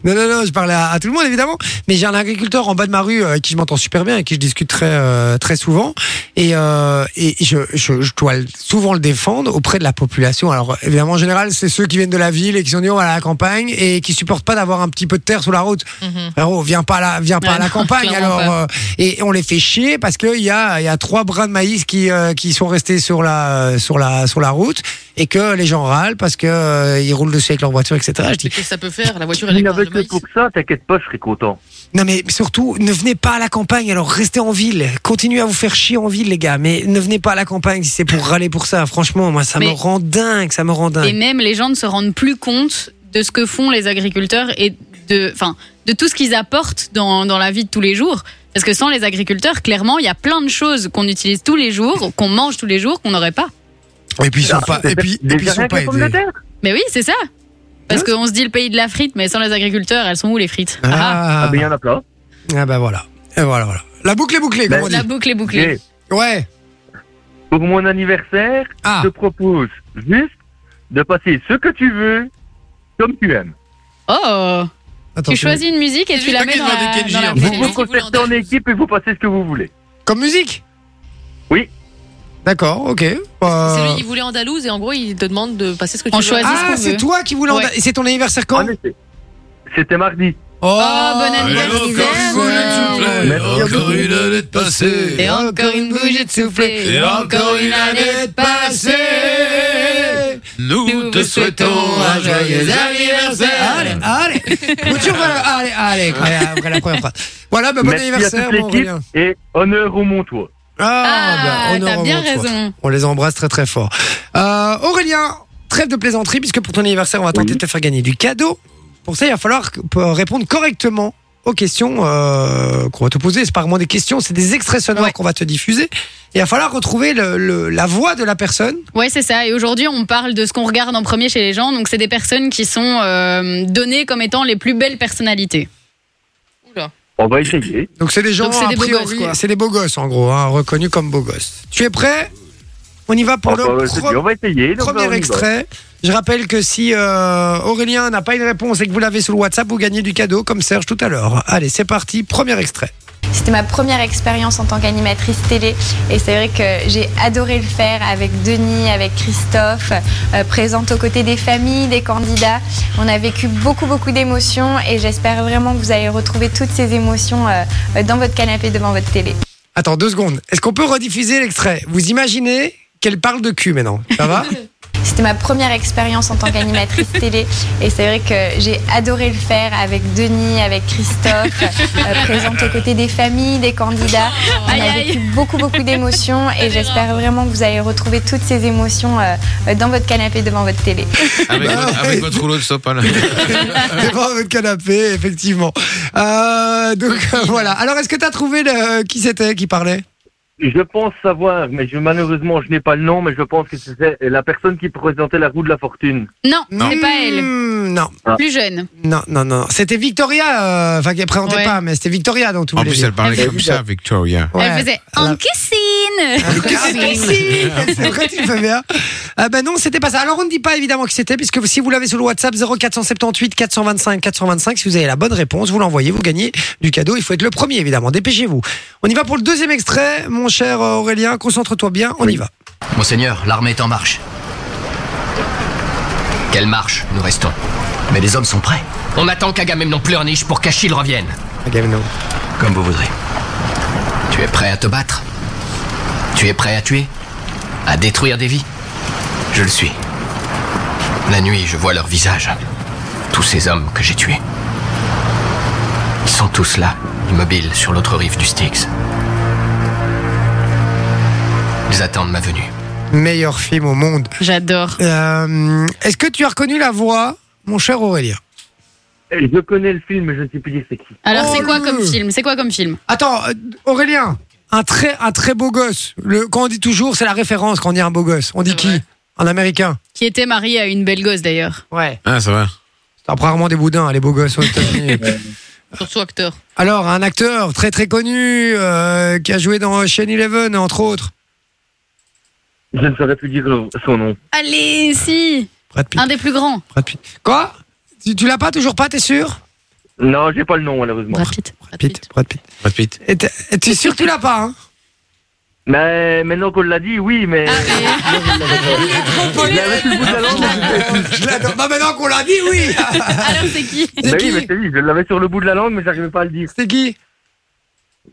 A: non, non, non, je parle à, à tout le monde, évidemment. Mais j'ai un agriculteur en bas de ma rue euh, avec qui je m'entends super bien et qui je discute très, euh, très souvent. Et, euh, et je, je, je dois le- souvent le défendre auprès de la population. Alors, évidemment, en général, c'est ceux qui viennent de la ville et qui sont dit, on va à la campagne et qui supportent pas d'avoir un petit peu de terre sous la route.
D: Mhm.
A: Frérot, viens pas à la, viens pas
B: Ouais,
A: à la
B: non,
A: campagne
D: clairement
A: alors. euh, et on les fait chier parce qu'il y a, il y a trois brins de maïs qui, euh, qui sont restés sur la, euh, sur la, sur la route et que les gens râlent parce que euh, ils roulent dessus avec leur voiture, etc. Ah, Je
D: Mais
A: dis,
D: Qu'est-ce que ça peut faire La voiture, elle est
G: Il n'y
D: pleine
G: avait
D: Ah, de
G: que
D: maïs.
G: pour ça, t'inquiète pas, je serai content.
A: non mais surtout, ne venez pas à la campagne alors, restez en ville. Continuez à vous faire chier en ville, les gars, mais ne venez pas à la campagne si c'est pour râler pour ça. Franchement, moi, ça me
B: Mais-
A: rend dingue, ça me rend
B: Et
A: dingue.
B: même les gens ne se rendent plus compte de ce que font les agriculteurs et de, enfin, de tout ce qu'ils apportent dans, dans la vie de tous les jours. Parce que sans les agriculteurs, clairement, il y a plein de choses qu'on utilise tous les jours, qu'on mange tous les jours, qu'on n'aurait pas.
A: Et puis ils sont pas, et
G: Déjà-
A: puis, et
G: déjà
A: puis ils
G: rien
A: sont
G: que
A: pas
G: les pommes de
A: aidés.
G: terre.
B: Mais oui, c'est ça. Parce qu'on se dit le pays de la frite, mais sans les agriculteurs, elles sont où les frites Ah,
G: Ah,
A: Ah,
G: ben, il y en a plein.
A: ah bah voilà, et voilà, voilà. La boucle est bouclée,
G: Ben,
A: comme on dit.
B: La boucle est bouclée.
G: Et
A: Ouais.
G: Pour mon anniversaire,
A: Ah.
G: je te propose juste de passer ce que tu veux, comme tu aimes.
B: Oh
A: Attends,
B: Tu
A: je-
B: choisis une musique et tu la
D: Pas
B: mets
D: qu'il
B: dans
D: voit
B: la,
D: des Kenji,
B: dans la
D: hein.
G: Vous
B: playlist.
G: vous concertez en équipe et vous passez ce que vous voulez.
A: Comme musique
G: Oui.
A: D'accord, ok.
D: C'est
A: Euh,
D: lui qui voulait andalouse et en gros, il te demande de passer ce que tu
B: On
D: veux.
B: choisit. Vas-y, ce
A: Ah,
B: qu'on
A: c'est
B: veut.
A: toi qui voulais. en-
D: Ouais.
A: Et c'est ton anniversaire quand
G: Ah, mais c'est- C'était mardi.
A: Oh,
B: bon anniversaire.
A: encore une bougie de soufflet,
G: Merci.
A: encore une année de passée,
B: Et encore une bougie de soufflet,
C: et encore une année de passée. Nous te souhaitons un joyeux
A: Allez,
C: anniversaire.
A: allez. Couture, voilà, allez, allez. Après, après la première phrase. Voilà, bah, bon
G: Merci
A: anniversaire,
G: à
A: mon
G: toute l'équipe
A: Aurélien.
G: et honneur au Montois.
A: Ah,
B: Ah,
A: bah, honneur
B: t'as
A: au
B: bien
A: monde, toi.
B: raison.
A: On les embrasse très très fort. Euh, Aurélien, trêve de plaisanterie, puisque pour ton anniversaire, on va tenter
G: Oui.
A: de te faire gagner du cadeau. Pour ça, il va falloir que- pour répondre correctement aux questions euh, qu'on va te poser. C'est pas vraiment des questions, c'est des extraits sonores qu'on va te diffuser. Et il va falloir retrouver le- le- la voix de la personne.
B: Ouais, c'est ça. Et aujourd'hui, on parle de ce qu'on regarde en premier chez les gens. Donc, c'est des personnes qui sont euh, données comme étant les plus belles personnalités.
G: On va essayer.
A: Donc c'est des gens,
B: Donc, c'est
A: a
B: des beaux
A: priori,
B: gosses, quoi.
A: c'est des beaux gosses en gros, hein, reconnus comme beaux gosses. Tu es prêt On y va pour
G: Ah, bah,
A: le
G: c'est
A: pro-
G: dit, on va essayer. donc, bah, on y
A: premier
G: va.
A: extrait. Je rappelle que si euh, Aurélien n'a pas une réponse et que vous l'avez sur le WhatsApp, vous gagnez du cadeau comme Serge tout à l'heure. Allez, c'est parti, premier extrait.
H: C'était ma première expérience en tant qu'animatrice télé et c'est vrai que j'ai adoré le faire avec Denis, avec Christophe, euh, présente aux côtés des familles, des candidats. On a vécu beaucoup beaucoup d'émotions et j'espère vraiment que vous allez retrouver toutes ces émotions euh, euh, dans votre canapé devant votre télé.
A: Attends deux secondes. Est-ce qu'on peut rediffuser l'extrait Vous imaginez qu'elle parle de cul maintenant Ça va
H: C'était ma première expérience en tant qu'animatrice télé et c'est vrai que j'ai adoré le faire avec Denis, avec Christophe, euh, présente aux côtés des familles, des candidats. On
B: Oh, Aïe,
H: a
B: aïe.
H: vécu beaucoup beaucoup d'émotions et j'espère vraiment que vous allez retrouver toutes ces émotions euh, euh, dans votre canapé devant votre télé.
C: Avec,
A: Bah,
C: avec votre rouleau de sopalin.
A: Devant votre canapé, effectivement. Euh, donc euh, voilà. Alors est-ce que t'as trouvé le- qui c'était qui parlait
G: Je pense savoir, mais je, malheureusement, je n'ai pas le nom, mais je pense que c'était la personne qui présentait la roue de la fortune.
B: Non, c'est pas elle.
A: Hmm, Non.
B: Plus jeune.
A: Non, non, non. C'était Victoria, euh, enfin, qu'elle présentait
B: Ouais.
A: pas, mais c'était Victoria dans tous
C: En
A: les
C: plus, elle parlait comme ça, Victoria.
B: Elle faisait en
A: Ah,
B: cuisine.
A: C'est vrai, tu le fais bien. Ah ben non, c'était pas ça. Alors on ne dit pas évidemment qui c'était, puisque si vous l'avez sur le WhatsApp 0478 425 425, si vous avez la bonne réponse, vous l'envoyez, vous gagnez du cadeau. Il faut être le premier, évidemment. Dépêchez-vous. On y va pour le deuxième extrait, mon cher euh, Aurélien. Concentre-toi bien, on y va.
I: Monseigneur, l'armée est en marche. Quelle marche, nous restons. Mais les hommes sont prêts. On attend qu'Agamemnon pleurniche pour qu'Achille revienne.
A: Agamemnon.
I: Comme vous voudrez. Tu es prêt à te battre Tu es prêt à tuer À détruire des vies Je le suis. La nuit, je vois leur visage. Tous ces hommes que j'ai tués. Ils sont tous là, immobiles, sur l'autre rive du Styx. Ils attendent ma venue.
A: Meilleur film au monde.
B: J'adore.
A: Euh, Est-ce que tu as reconnu la voix, mon cher Aurélien
G: Et Je connais le film, mais je ne sais plus dire c'est qui.
B: Alors,
A: Oh,
B: c'est quoi
A: le-
B: comme film C'est quoi comme film
A: Attends, euh, Aurélien, un très, un très beau gosse. Le, quand on dit toujours, c'est la référence quand on dit un beau gosse. On dit
D: C'est
A: qui
D: vrai.
A: Un américain.
B: Qui était marié à une belle gosse d'ailleurs.
A: Ouais.
C: Ah, ça va.
A: Ça prend rarement des boudins, hein, les beaux gosses aux États-Unis.
D: Ah, Surtout acteur.
A: Alors, un acteur très très connu euh, qui a joué dans Ocean Eleven, entre autres.
G: Je ne saurais plus dire le- son nom.
B: Allez, si
A: Brad Pitt.
B: Un des plus grands.
A: Brad Pitt. Quoi tu, tu l'as pas toujours pas, t'es sûr
G: Non, j'ai pas le nom, malheureusement.
B: Brad Pitt. Brad Pitt.
A: Brad Pitt.
C: Brad Pitt.
A: Et t'es- et T'es sûr que tu l'as pas, hein
G: Mais maintenant qu'on l'a dit, oui, mais.
A: Ah,
G: Il avait plus le bout de la langue.
A: Je l'adore. Bah maintenant qu'on l'a dit, oui
B: Alors, c'est qui
A: C'est
G: Mais oui, mais
A: qui
G: je t'ai dit, je l'avais sur le bout de la langue, mais j'arrivais pas à le dire.
A: C'est qui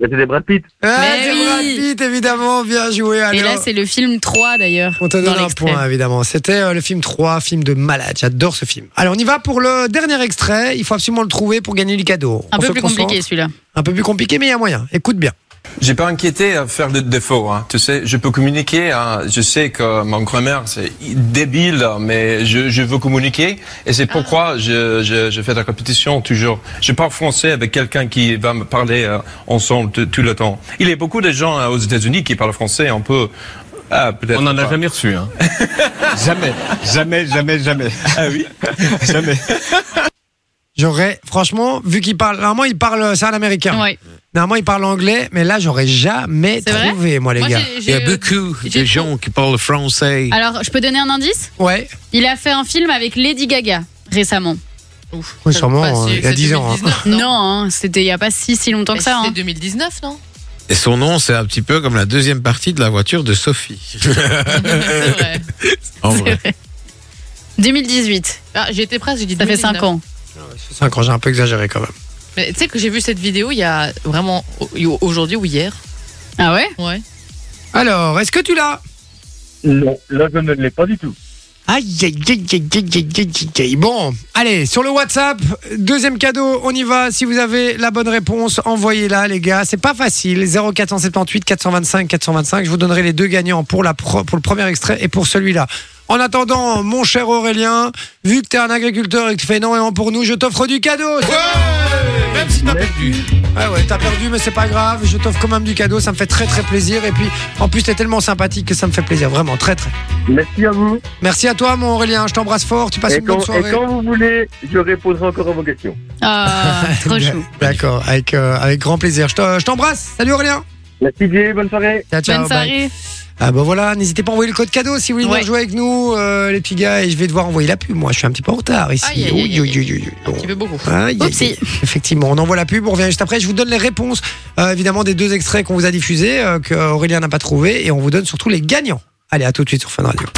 G: Mais C'était Brad Pitt.
A: Ah,
B: Mais
A: C'est
B: oui.
A: Brad Pitt, évidemment, bien joué.
B: Et
A: alors.
B: là, c'est le film 3 d'ailleurs.
A: On te
B: dans
A: donne un
B: l'extrait.
A: point, évidemment. C'était euh, le film 3, film de malade. J'adore ce film. Alors, on y va pour le dernier extrait. Il faut absolument le trouver pour gagner du cadeau.
B: Un
A: On
B: peu
A: se
B: plus
A: concentre.
B: compliqué celui-là.
A: Un peu plus compliqué, mais il y a moyen. Écoute bien.
J: J'ai pas inquiété à faire de défauts. Hein. Tu sais, je peux communiquer. Hein. Je sais que ma grand-mère c'est débile, mais je, je veux communiquer et c'est pourquoi je, je, je fais de la compétition toujours. Je parle français avec quelqu'un qui va me parler euh, ensemble tout tout le temps. Il y a beaucoup de gens euh, aux États-Unis qui parlent français un peu. Ah, peut-être.
K: On en a
J: pas.
K: jamais reçu, hein. jamais, jamais, jamais, jamais.
J: Ah oui, jamais.
A: J'aurais, franchement, vu qu'il parle, normalement, il parle, euh, c'est un américain.
B: Ouais.
A: Normalement, il parle anglais, mais là, j'aurais jamais
B: C'est vrai
A: trouvé, moi, les
D: Moi,
A: gars.
D: j'ai-
C: Il y a
D: j'ai.
C: beaucoup
D: j'ai
C: de
D: trop-
C: gens qui parlent français.
B: Alors, je peux donner un indice
A: Ouais.
B: Il a fait un film avec Lady Gaga récemment.
D: euh, Ouf.
A: Oui, sûrement,
D: Enfin,
A: euh,
D: c'est-
A: il y a
D: c'est
A: 10 ans, hein.
D: 2019,
B: Non, hein, c'était il n'y a pas si si longtemps
D: Mais
B: que ça.
D: Bah, C'était
B: hein.
D: 2019, non
C: Et son nom, c'est un petit peu comme la deuxième partie de la voiture de Sophie.
D: C'est vrai.
C: En vrai.
B: 2018,
D: Ah, J'y étais presque, j'ai dit
B: ça fait
D: 2019.
B: 5 ans.
A: C'est cinq ans, j'ai un peu exagéré quand même.
D: Mais tu sais que j'ai vu cette vidéo il y a vraiment au- aujourd'hui ou hier.
B: Ah ouais
D: Ouais.
A: Alors, est-ce que tu l'as
G: Non, là, je ne l'ai pas du tout.
A: Aïe, aïe, aïe, aïe, aïe, aïe, aïe, aïe, aïe. Bon, allez, sur le WhatsApp, deuxième cadeau, on y va. Si vous avez la bonne réponse, envoyez-la, les gars. C'est pas facile. 0478 425 425. Je vous donnerai les deux gagnants pour, la pro- pour le premier extrait et pour celui-là. En attendant, mon cher Aurélien, vu que t'es un agriculteur et que tu fais énormément pour nous, je t'offre du cadeau.
C: Même si t'as perdu.
A: Ouais, ouais, t'as perdu, mais c'est pas grave. Je t'offre quand même du cadeau. Ça me fait très, très plaisir. Et puis, en plus, t'es tellement sympathique que ça me fait plaisir. Vraiment, très, très.
G: Merci à vous.
A: Merci à toi, mon Aurélien. Je t'embrasse fort. Tu passes
G: Et
A: une bonne
G: quand,
A: soirée.
G: et quand vous voulez, je répondrai encore à vos questions.
B: Ah, trop
A: Bien,
B: chou.
A: D'accord, avec, euh, avec grand plaisir. Je te- je t'embrasse. Salut Aurélien.
G: Merci, Jay, bonne soirée.
A: Ciao, ciao,
B: Bonne
A: bye.
B: soirée.
A: Ah bah voilà, n'hésitez pas à envoyer le code cadeau si vous voulez venir
D: Ouais.
A: jouer avec nous, euh, les petits gars. Et je vais devoir envoyer la pub. Moi, je suis un petit peu en retard ici.
D: Aïe, aïe, aïe,
A: Oui, oui, oui, oui, oui.
D: Un
A: Bon.
D: petit peu beaucoup.
A: Aïe, aïe,
B: Oupsie.
A: aïe. Effectivement, on envoie la pub, on revient juste après. Je vous donne les réponses, euh, évidemment, des deux extraits qu'on vous a diffusés, euh, que Aurélien n'a pas trouvé, et on vous donne surtout les gagnants. Allez, à tout de suite sur Fun Radio.